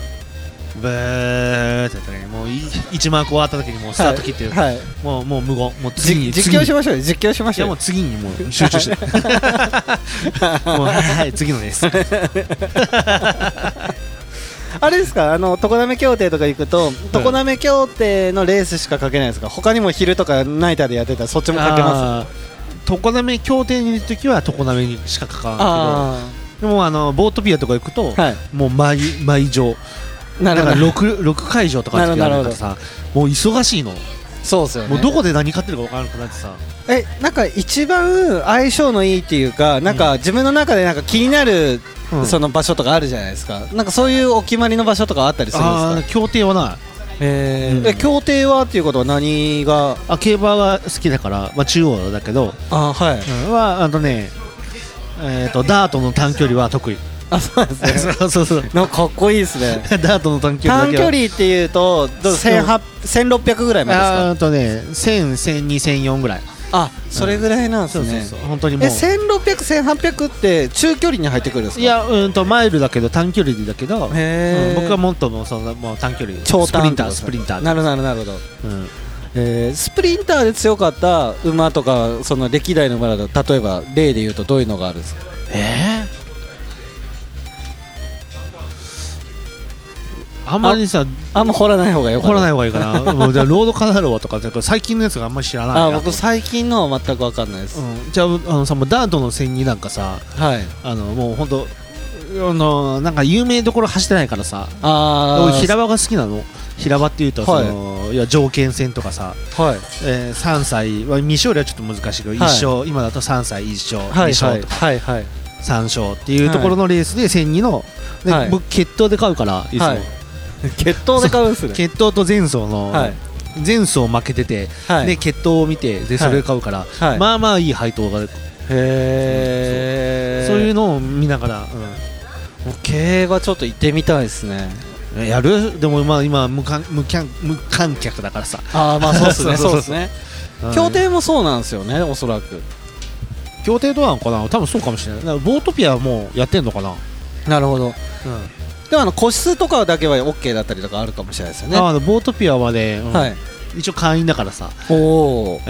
ブーってやったねもうい1マーク終わった時にもうスタート切ってる、
はい、はい
もうもう無言もう次
じ
に
実況し
ま
ましょうよ実況しま
い
しょ
や
う
も
よ
う次にもう集中して もうはいはい次のです
あれですかあの常滑協定とか行くと常滑協定のレースしか書けないですか他にも昼とかナイターでやってたらそっちも書けます
す常滑協定にいる時は常滑にしか書かない
あ
けどでもあのボートピアとか行くと、
あはい
もう毎毎場
なるほ
だか
ど
ら 6, 六会場とかの時
な
あ
る
る
ほ
か
ど
らさもう忙しいの
そうですよね
もうどこで何買ってるか分からなくなってさ
えなんか一番相性のいいっていうかなんか自分の中でなんか気になる
うん
その場所とかあるじゃないですか、なんかそういうお決まりの場所とかあったりするんですか
あー協定はない
えー
うん
え協定はっていうことは何が
あ競馬は好きだから、まあ、中央だけど、
あはい
うん、はあのね、えー、とダートの短距離は得意
あ そうなんですね
そうそうそう
なんかかっこいいですね
ダートの短距離だ
短
け
距
は
離っていうとどう1800 1600ぐらいまでです
あ
か
ーあとね10001004ぐらい
あそれぐらいなんですね、
本当にも
え
う
16001800って中距離に入ってくるんですか
いやうんとマイルだけど短距離だけど、
へー
うん僕はもっともうそのもう短距離
超
スプ
短
リン
って
タ
こ
ー
とです
ス
ね
プリンター
なるなるなるほど
うん
えースプリンターで強かった馬とかその歴代の馬だと例えば例で言うとどういうのがあるんですか
えー、あんまりさ
あんま掘らない方がよかっ
怒
た
らない
い
方がいいか なもうじゃあロードカナロアとかなんか最近のやつがあんまり知らないな
あ僕最近のは全く分かんないです、
うん、じゃああのさもうダートの戦になんかさ
はい
あのもう本当あのなんか有名どころ走ってないからさ
あ
俺
あ
平場が好きなの平場っていうとそ
はい
の、い、や条件戦とかさ、
はい
えー、3歳は未勝利はちょっと難しいけど、一
はい
勝今だと3歳1勝、
はい
2
は
勝
い
とか
はいはい
3勝っていうところのレースで戦2の、で
はい
僕決闘で買うからいつも、
はい血統で買うんすね
決闘と前走の、
はい
前走負けてて、
はい
で決闘を見てでそれを買うから、
はい
まあまあいい配当が
へえ
そういうのを見ながら、
競馬ちょっと行ってみたいですね
うんやるでもまあ今無観無観無観客だからさ、
ああまあそうですね
そう
そう
そう
ですね協定もそうなんですよねおそらく
協定どうなのかな多分そうかもしれないだからボートピアはもうやってんのかな、
なるほどでもあの個室とかだけは OK だったりとかあるかもしれないですよね
あのボートピアはね、うん
はい
一応会員だからさ、
おお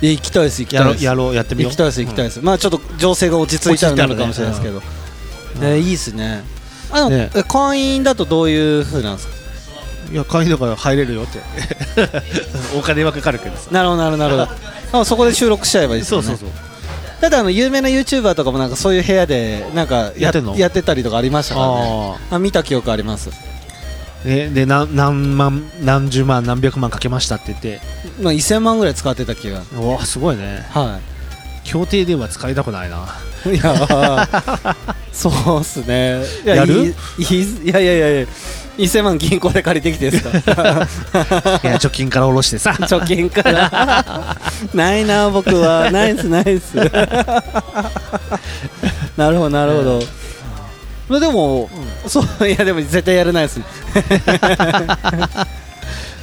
行きたいです行き
や
たい
ろ
です
やろうやってみよ
行
う
きたいです行きたいです、まあちょっと情勢が落ち着いたらなるかもしれないですけど、えーいいですねあの、
ね
え会員だとどういう風なんですか
うんいや会員だから入れるよって お金はかかるけどさ
なるほどなるほどなるほどあそこで収録しちゃえばいいです
そ
よ
う
ね
そうそう
ただあの有名な YouTuber とかもなんかそういう部屋でなんか
やってんの
やってたりとかありましたからね
あ
あ見た記憶あります、
あねでな何万何十万何百万かけましたって言って
まあ、1000万ぐらい使ってた気が
うわすごいね
は
協定では使いたくな いない
いやー そうっすねい
やる
いいいいやいやいやいや1000万銀行で借りてきてですか
いや貯金から下ろしてさ
貯金からないな僕はないっすないっすなるほどなるほど、まあでも、そういやでも絶対やれない ですね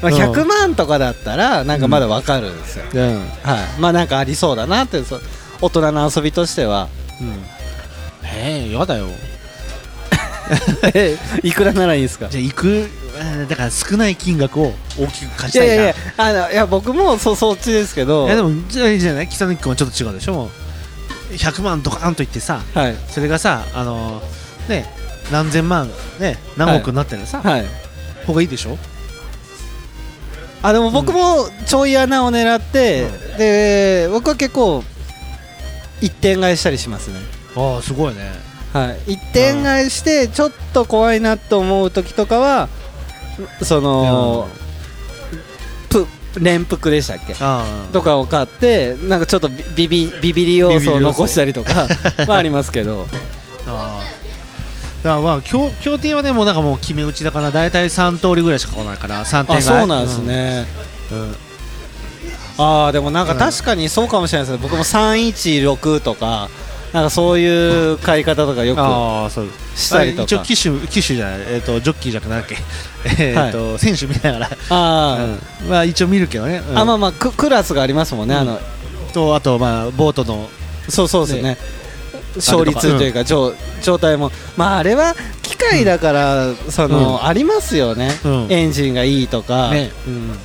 まあ
うん
100万とかだったらなんかまだわかるんですよ、
うん
はい、まあなんかありそうだなってそう大人の遊びとして は
ええやだよ
えいくらならいいですか
じゃあ行くあーだから少ない金額を大きく貸し
い
た
や
い
い
な
やいやあのいや僕もそそっちですけど
いやでもじゃあいいじゃない北野君はちょっと違うでしょもう100万ドカンといってさ
はい
それがさあのーね何千万ね何億になってるさ、
はい
方がいいでしょ
あでも僕もちょい穴を狙って、で僕は結構一点買いしたりしますね、
ああすごいね
はい、一点買いしてちょっと怖いなと思う時とかはそのぷ連服でしたっけ
あ
とかを買ってなんかちょっとビビビビリ要素を残したりとかまあありますけ ど
あだからまあ協協定はねもうなんかもう決め打ちだから大体3通りぐらいしか来ないから3点
あ
が
そうなんですね、
うんうん
ああでもなんか確かにそうかもしれないですね、僕も316とかなんかそういう買い方とかよく
ああそう
したりとか
あ一応機種機種じゃないえっ、とジョッキーじゃなくなんだっけ えっと、選手見ながら、
あー、
うんまあ一応見るけどね、うん
あまあまあククラスがありますもんね、
うん
あの
とあとまあボートの
そうそうですね勝率というか状状態もまああれは機械だから、その、
うん
ありますよね、
うん
エンジンがいいとか、
ね
うん、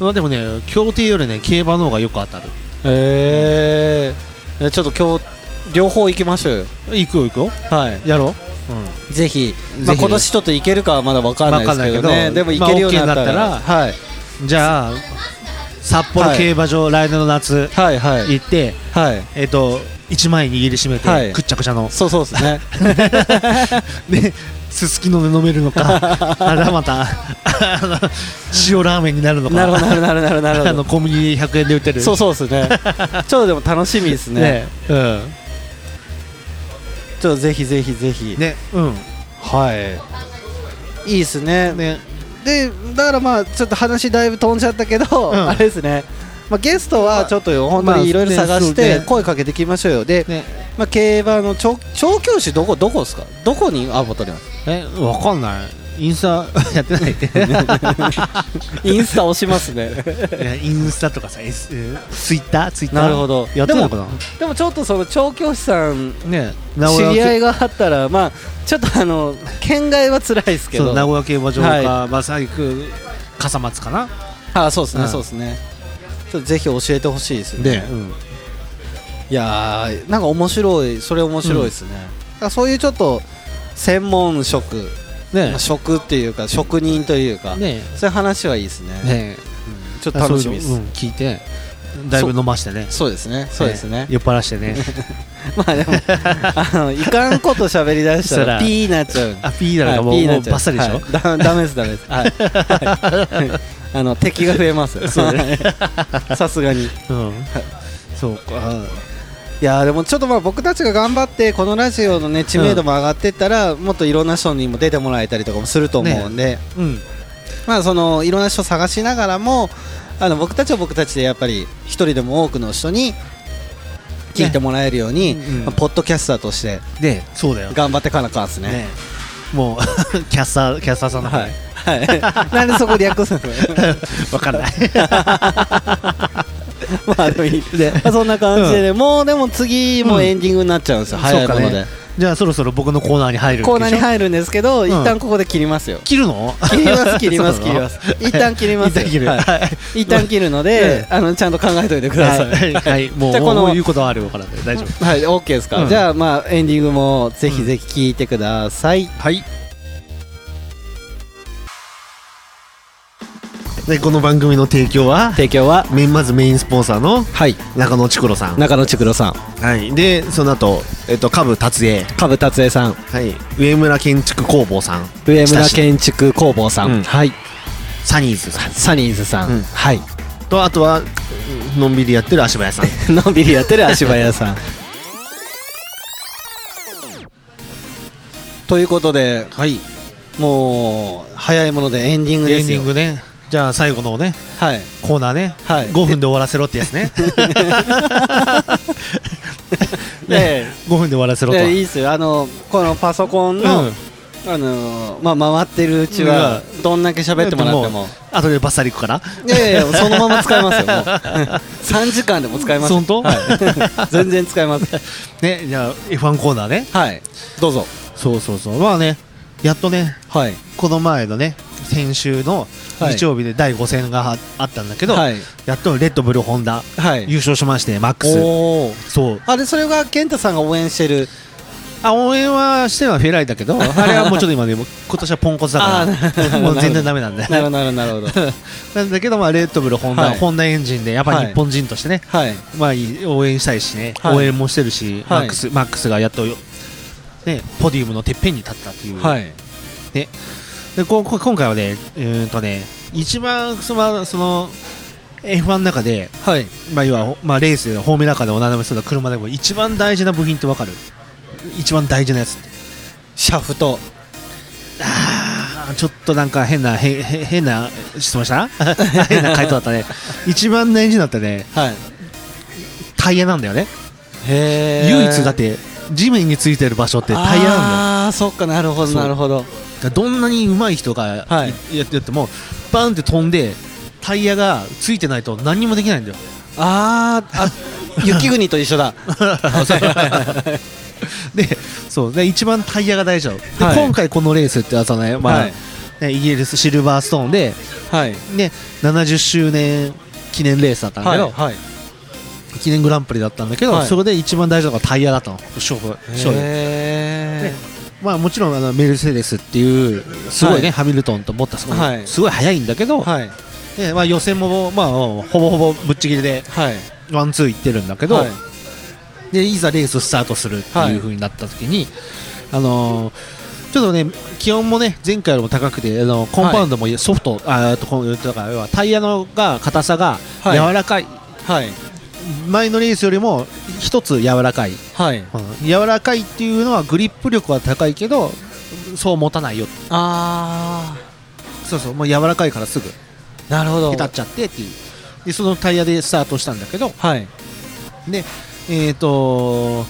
まあでもね競艇よりね競馬の方がよく当たる
えーえちょっと今日両方行きましょうよ
行くよ行くよ
はい
やろう、うん
ぜひ、
ひ
まあ、今年ちょっと行けるかはまだ分かんないですけど
わかんない
ね
けど
でも行けるようになったら,、
まあ
はい、
じゃあ札幌競馬場、来年の夏
はいはい
行って、
はい
えっと1枚握りしめて、
はい
くっちゃくちゃの
そう そうですね
で、すすきので飲める のかあらまたあの塩ラーメンになるのか
なるほどなるなるなる なる
あのコンビニ100円で売ってる
そうそうです ねちょっとでも楽しみですね
ねうん
ちょっとぜひぜひぜひ、
ねうん
はいいいですね
ね
でだからまあちょっと話だいぶ飛んじゃったけど、
うん
あれですねまあ、ゲストはちょっと本当にいろいろ
まあ
探し
そう
て
ね
声かけていきましょうよで、
ね
まあ、競馬の調調教師どこどこですかどこにアポ取ります
えわかんないインスタ やって ないって
インスタ押しますね
いやインスタとかさ、S、ツイッターツイッター
なるほど
やってんのかな
でもちょっとその調教師さん
ね
知り合い
い
があったらまあちょっとあの県外は辛いですけ
そう
ど
名古屋競馬場
はい
かまあ最悪笠松かな
あそうですね、
うん
そうですねちょっとぜひ教えてほしいですね
でうん
いやーなんか面白いそれ面白いですね、だからそういうちょっと専門職、ま
ね
あ職っていうか職人というか、
ね
そういう話はいいですね
ね
ちょっと楽しみです
そういうのうん聞いてだいぶ飲ましてね
そうですねそうですね
酔っ払して ね
まあで もあのいかんこと喋りだした
そら
らピーになっちゃうんで
あピーだ
は
か
い
も
ピー
う
になっ
もう
ちゃう
バッサリでしょ
はいだダメですダメですはい、 はい、あの敵が増えます
そうね
はいさすがに
うんそうか
いやーでもちょっとまあ僕たちが頑張ってこのラジオのね知名度も上がってったら、もっといろんな人にも出てもらえたりとかもすると思うんで、
うん
まあそのいろんな人探しながらもあの僕たちは僕たちでやっぱり一人でも多くの人に聞いてもらえるように、
ねうんうん
まあポッドキャスターとして
でそうだよ
頑張ってかなあかんですね
ねもう キャスターキャスターさんの方
はい
ね
はい、 なんでそこ略すの
わかんない
まあでもいいまあそんな感じでね、もうでも次もうエンディングになっちゃうんですよ、 早いも
そう
の
か
で、
ねじゃあそろそろ僕のコーナーに入る
コーナーに入るんですけど、
ん
一旦ここで切りますよ
切るの
切ります切ります
そ
切
うなの
ります一旦切ります
一旦切る
はい
はい
一旦切るので
え、
あのちゃんと考えておいてください
はいはいもう
じゃあこの
もう言うことはあるよからね大丈夫
はい OK ですか、
うん
じゃあまあエンディングもぜひぜひ聞いてください、
はい
でこの番組の提供は
提供は
メインまずメインスポンサーの
はい
中野ちくろさん、
中野ちくろさん
はい、でその後、えっと下部達也、
株達也さん
はい、上村建築工房さん
上村建築工房さん、
うん
はい
サニーズさん
サニーズさん、
うん
はい
とあとはのんびりやってる足早さん
のんびりやってる足早さんということで
はい
もう早いものでエンディングで
エン
す
デ
よ
ィングねじゃあ最後のね
はい
コーナーね
はい
5分で終わらせろってや つね
ええ
5分で終わらせろ
い
と
やいいですよあのこのパソコンの、
うん
あのまあ、回ってるうちはどんだけ喋ってもらっても
あとでバッサリいくから
いやいやいやそのまま使えますよもう 3時間でも使えます
本当
はい、全然使えます
ねじゃあ F1 コーナーね
はいどうぞ
そうそうそうまあねやっとね
はい
この前のね先週の
はい
日曜日で第5戦がああったんだけど、
はい
やっとレッドブルホンダ
はい
優勝しましてマックス
おお
そう
あれそれが健太さんが応援してる
あ応援はしてるのはフェライだ けどあれはもうちょっと今ねもう今年はポンコツだ
あ
か
ー
らもう全然ダ メなんで
なるほどなるほどなるほど
なんだけどまあレッドブルホンダ、
はい
ホンダエンジンでやっぱ日本人としてね、
はい
まあいい応援したいしね、
はい
応援もしてるし、
はい
マックスマックスがやっとよねポディウムのてっぺんに立ったっていう、
はい
ね、でここ今回はね、うーんとね、一番そのその F1 の中で、
はい
まあ、要は、まあ、レースでホーム中でおなめそうだ車でも一番大事な部品ってわかる一番大事なやつって
シャフト
あ番ちょっとなんか変なへへ変な質問した 変な回答だったね一番大事だったね
はい
タイヤなんだよね、
へ
唯一だ
っ
ってて地面についてる場所ってタイヤなんだよ
ああーそっかなるほど
そう
なるほど
だからどんなに上手い人が
はい
やってやっても、バンって飛んでタイヤがついてないと何にもできないん だよ
あーあ雪国と一緒だ
でそうで一番タイヤが大事だよで、
はい
今回このレースってやつはね、まあ
はい
ねイギリスシルバーストーンで、
はい
ね、70周年記念レースだったんだ
は
け
い
ど、
はい
記念グランプリだったんだけど、
はい
そこで一番大事なのがタイヤだったの勝負勝負
へ
まあもちろんあのメルセデスっていうすごいね、
はい
ハミルトンとボッタスも
はい
すごい速いんだけど、
ーはい
でまあ、予選も、まあ、ほぼほぼぶっちぎりで
はい
ワンツーいってるんだけど、
はい
でいざレーススタートするって
はい
いう風になった時に、あのーちょっとね気温もね前回よりも高くてあのコンパウンドもソフト、あーとこうだから要はタイヤのが硬さが
はい
柔らかい、
はい
前のレースよりも一つ柔らかい、
はい
うん柔らかいっていうのはグリップ力は高いけどそう持たないよ
あ
そうそうもう柔らかいからすぐ
あなるほど
へたっちゃってっていうでそのタイヤでスタートしたんだけど
はい
で、えー、と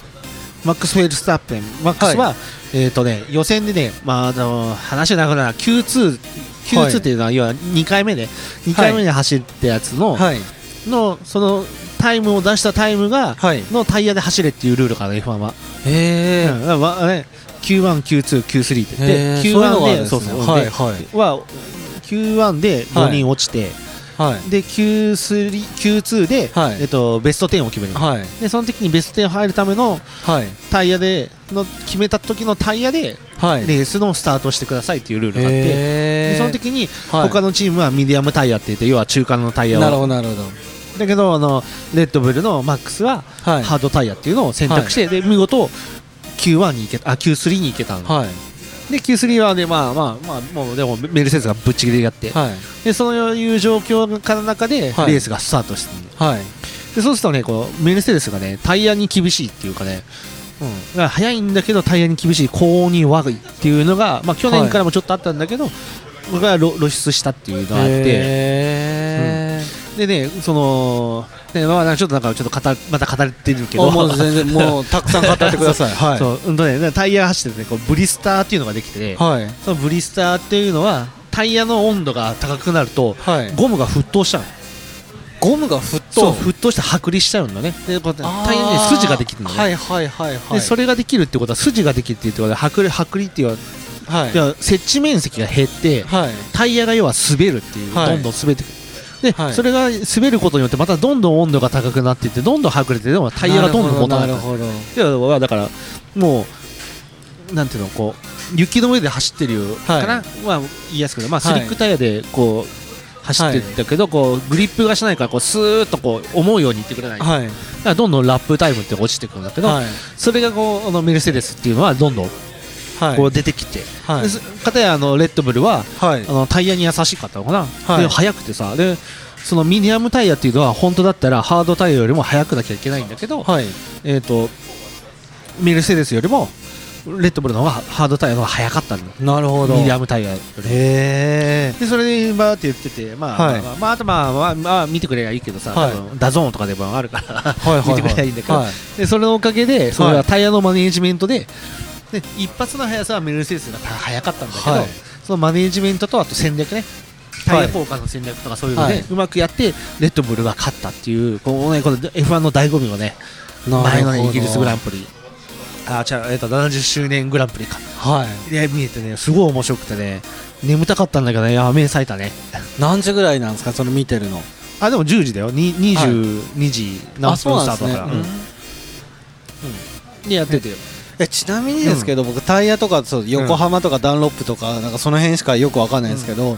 マックス・フェルスタッペン、マックスは、
は
えーとね、予選でね、まああの話がなくなる Q2、
はい
Q2 っていうのは、要は2回目で、2回目で走ったやつの、
はい
のそのタイムを出したタイムが、
はい
のタイヤで走れっていうルールから、F1 は。
へ
うんだからわあれ Q1、Q2、Q3 って
え
言って、Q1 で、
そういうのがあるんですねはい
では Q1 で4人落ちて、
はい
で Q3、Q2 で、
はい
えっとベスト10を決める。
はい
でその時にベスト10入るための
はい
タイヤでの決めた時のタイヤで
はい
レースのスタートしてくださいっていうルールがあって、
へ
で
ー
その時に
はい
他のチームはミディアムタイヤって言って要は中間のタイヤ
なるほ
を
どなるほど
だけどあのレッドブルのマックスは
はい
ハードタイヤっていうのを選択して、で見事 Q1 に行けあ Q3 に行けたの、
はい
で Q3 はねまあまあまあもうでもメルセデスがぶっちぎりでやって、
はい
でそういう状況からの中でレ
はい
ースがスタートしてるの
はい
でそうするとねこうメルセデスがねタイヤに厳しいっていうかね、うん、が速いんだけどタイヤに厳しい高温に悪いっていうのが、まあ、去年からもちょっとあったんだけど、僕が露露出したっていうのがあって
へ
でねそのねまあなんかちょっとなんかちょっと語また語ってるけ
ーあ
ど
もう全 然もうたくさん語ってくださいはい
そううんとねタイヤ走っててねこうブリスターっていうのができてて、
はい
そのブリスターっていうのはタイヤの温度が高くなると
はい
ゴムが沸騰しちゃうの
ゴムが沸
そ
騰
う沸騰して剥離しちゃうんだねでこうやってタイヤにね
あー
筋ができるのね
はいはいはいはい
でそれができるってことは筋ができるっていうことは剥離剥離っていうのは
はい
いや接地面積が減って
はい
タイヤが要は滑るっていう、
はい
どんどん滑ってくるで、
はい
それが滑ることによってまたどんどん温度が高くなっていってどんどんはぐれてでもタイヤがどんどん持たな
ないるほどなる
要はだからもうなんていうのこう雪の上で走ってるよ
はい
かな、まあ、言いやすくて、まあ、ス
はい
リックタイヤでこう走ってるんだけど、こうグリップがしないからこうスーッとこう思うようにいってくれない、
ほどはい
だからどんどんラップタイムって落ちてくるんだけど、
はい
それがこうあのメルセデスっていうのはどんどん
はい
こう出てきて、
はい
でそかたやあのレッドブルは
はい
あのタイヤに優しかったのかな、
はい
で速くてさでそのミディアムタイヤっていうのは本当だったらハードタイヤよりも速くなきゃいけないんだけど、
はい
えー、とメルセデスよりもレッドブルの方がハードタイヤの方が速かったんだ
なるほど
ミディアムタイヤよりも
へえ
でそれでバーって言ってて、まあ
はい
まあまあ、あとまあ、まあまあ、見てくれりゃいいけどさ、
はい
多分ダゾーンとかでもあるから、
はいはいはい
見てくれりゃいいんだけど、
はい
でそれのおかげでそれ
はい
はタイヤのマネージメントでで一発の速さはメルセデスが速かったんだけど、
はい
そのマネージメントとあと戦略ねタイヤ交換の戦略とかそういうので、
はいう
まくやってレッドブルが勝ったっていうこの、ね、この F1 の醍醐味をね
な
前
るほど
のねイギリスグランプリあ違う、えっと70周年グランプリか
はい
で見えてねすごい面白くてね眠たかったんだけどねいや目覚えたね
何時ぐらいなんですかそれ見てるの
あでも10時だよに22時何
あそう
分ス
なんです
タートだ
ね
から
うん
うんでやってて
えちなみにですけど、僕タイヤとかそう横浜とかダンロップとかなんかその辺しかよくわかんないんですけど、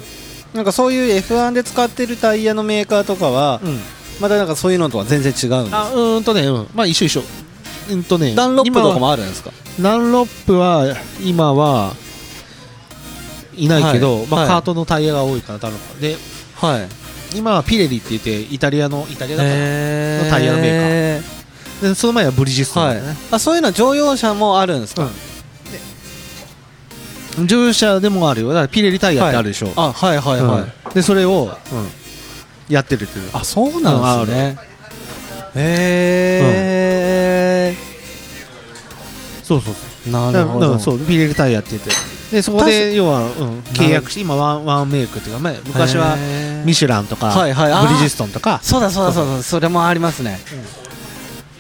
なんかそういう F1 で使ってるタイヤのメーカーとかは、
うん
またなんかそういうのとは全然違うんです
あうーんとね、うん、まあ一緒一緒うんとね
ダンロップとか
今は
もあるんですか
ダンロップは今はいないけど、
はい
まあ
はい
カートのタイヤが多いからダンロップはで
はい
今はピレリって言ってイタリアのイタリアだったかな
へ
のタイヤのメ
ーカ
でその前はブリヂストンだよね、
はいあそういうのは乗用車もあるんですか、
うん乗車でもあるよだからピレリタイヤってあるでしょ、
あはいはい
うん
はい、
でそれを、やってるっていう
あそうなんですねへえ
そうそうそう
ーな
だ
る
か
ほ
ら
ど
そうピレリタイヤって言ってでそこで要は、うん契約して今ワンワンメイクっていうか、まあ、昔は
へー
ミシュランとか、
はいはいあー
ブリヂストンとか
そうだそうだそうだそれもありますね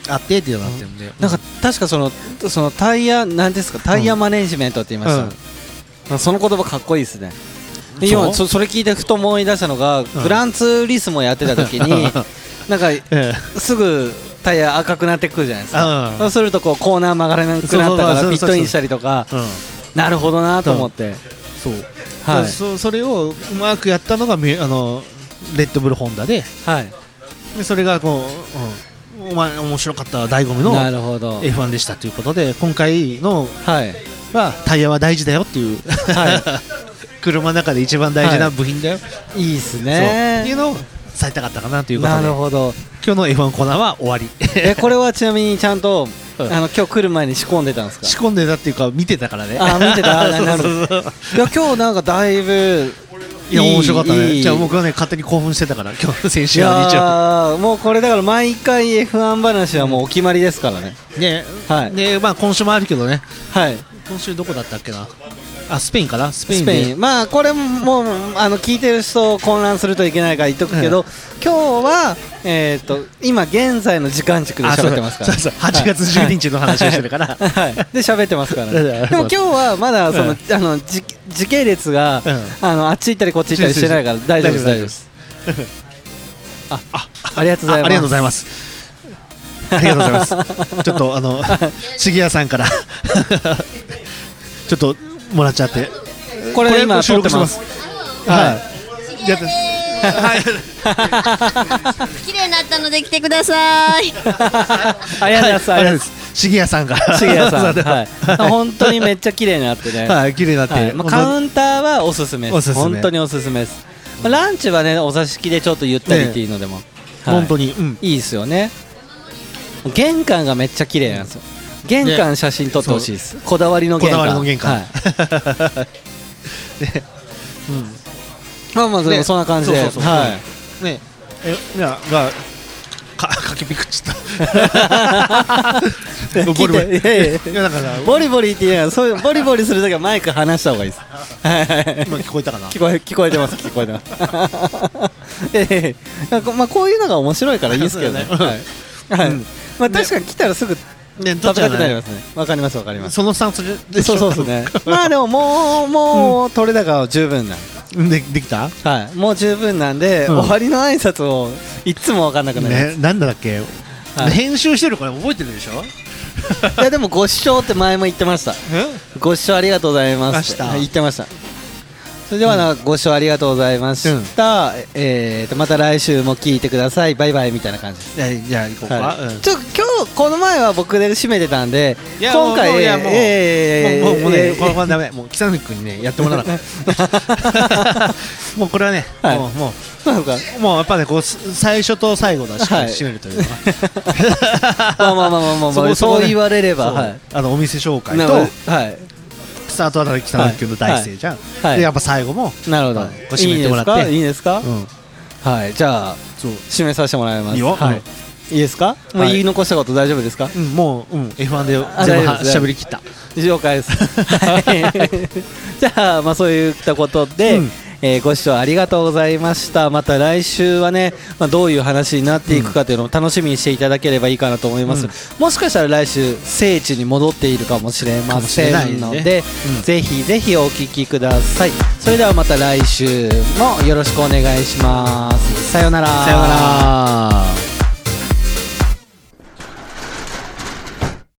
あってっていうのがあってるんで、
なんか確かそのそのタイヤなんですかタイヤマネジメントって言いました、
うん
まあその言葉かっこいいですねで
そう
今そそれ聞いてふと思い出したのが、グランツーリスモやってた時になんか
ええ
すぐタイヤ赤くなってくるじゃないですか、
うん
そうするとこうコーナー曲がらなくなったか
そ
ら
うそうそうそう
ピットインしたりとか
うん
なるほどなと思って、
そう、
はい
そそれをうまくやったのがみあのレッドブルホンダで
はい
でそれがこう、うんお前面白かった醍醐味の
なるほど
F1 でしたということで今回の
はい
はタイヤは大事だよっていう、
は
車の中で一番大事な部品だよ、
いいいっす
そうっていう
ね
のをされたかったかなということ
な
で
るほど
今日の F1 コーナーは終わり
えこれはちなみにちゃんと、
うん
あの今日来る前に仕込んでたんですか
仕込んでたっていうか見てたからね
あ見 てた
そうそうそう
いや今日なんかだいぶ
いや面白かったね
いい
じゃあ僕はね勝手に興奮してたから今日の先
い
週の日曜
やーもうこれだから毎回 F1 話はもうお決まりですからね
日ね、
はい
でまあ今週もあるけどね
はい
今週どこだったっけなあスペインかなスペイ
ス
ンで
ペインまあこれももうあの聞いてる人を混乱するといけないから言っとくけど、今日はえっ、と今現在の時間軸で
あそう
喋ってますから
そうそう8月12日の話をしてるから
はい はいで 喋ってますから、ね、
そう
で
そう
も今日はまだその、
うん
あのじ時系列が、
う
あのあっち行ったりこっち行ったりしてないから大丈夫です大丈夫ですああありがとうございます
あありがとうございます。ありがとうございます。ちょっとあ の杉谷さんからちょっともらっちゃって。
これ今撮ってます。
はい。やって
綺麗になったので来てくださ い。
ありがとうございます。
す。杉谷さんから。
杉谷さん、
そう
はい、本当にめっちゃ綺麗になってね。
はい綺麗になっ
は
て。
いまあ、カウンターはおすすめです
おすすめ
本当におすすめです。まあランチはね、お座敷でちょっとゆったりっていうのでも、はい
本当に。うん。
いいですよね。玄関がめっちゃ綺麗なんですよ。玄関写真撮ってほしいです。こだわりの
こ
玄関。
だわりの玄関。
はい、まあまあ、でもそんな感じで。
そうそうそう
はい。
ねえいやがか かけびくっちゃ っ た。
聞いていやいやいや
いやだから
ボリボリって言いながらそういうボリボリするときはマイク離した方がいいです。はいはいはい
今聞こえたかな。
聞こえ聞こえてます聞こえてます ええなんかまあこういうのが面白いからいいですけどね
そうだ
はい
ね、
はいまあ確かに来たらすぐ食
ね
べたくなりますねわかりますわかります
そのスタンスで し
そ
ょ
うそうです ねまあでももうもう取れ高は十分なん
でできた
はいもう十分なんで、
うん
終わりの挨拶をいつもわかんなくなります、
ねなんだっけ、
はい
編集してるから覚えてるでしょ
いやでもご視聴って前も言ってましたご視聴ありがとうございますって
明日
言ってましたそれではなんかご視聴ありがとうございました、えーとまた来週も聞いてくださいバイバイみたいな感じです
じゃあじゃあ行こうか、
は
う
い、
ん
ちょ今日この前は僕で締めてたんで
いや
今
もう
回
いやもう
えー
もうもうね、
えー
このままダメもう北野君にねやってもらわなかった もうこれはね、
はい
もうも
そうなんか
うもうやっぱねこうす最初と最後だしっかり締めるというのは
まあまあまあまあまあ
ここ
そう言われれば
そう
はい
あのお店紹介
なるほ
と
どはい
スタートは北野君の大声じゃん、
はい
でやっぱ最後も、
なるほど
はいこう締めてもらって
いいんですかいいんです
うん、
かはいじゃあ
そう
締めさせてもらいます
いいよ
は
う
い
ん
いいですかもう
はい
言い残したこと大丈夫ですか
うん、もう、うん、F1 で
あ
全
大
部
丈夫
は
です
しゃべりきった
了解ですはいじゃあまあそういったことで
うん
えーご視聴ありがとうございましたまた来週はね、まあ、どういう話になっていくかというのを楽しみにしていただければいいかなと思います、もしかしたら来週聖地に戻っているかもしれませんの
かもしれな
で
いね
ぜひぜひお聞きくださいそれではまた来週もよろしくお願いしますさようなら
さようなら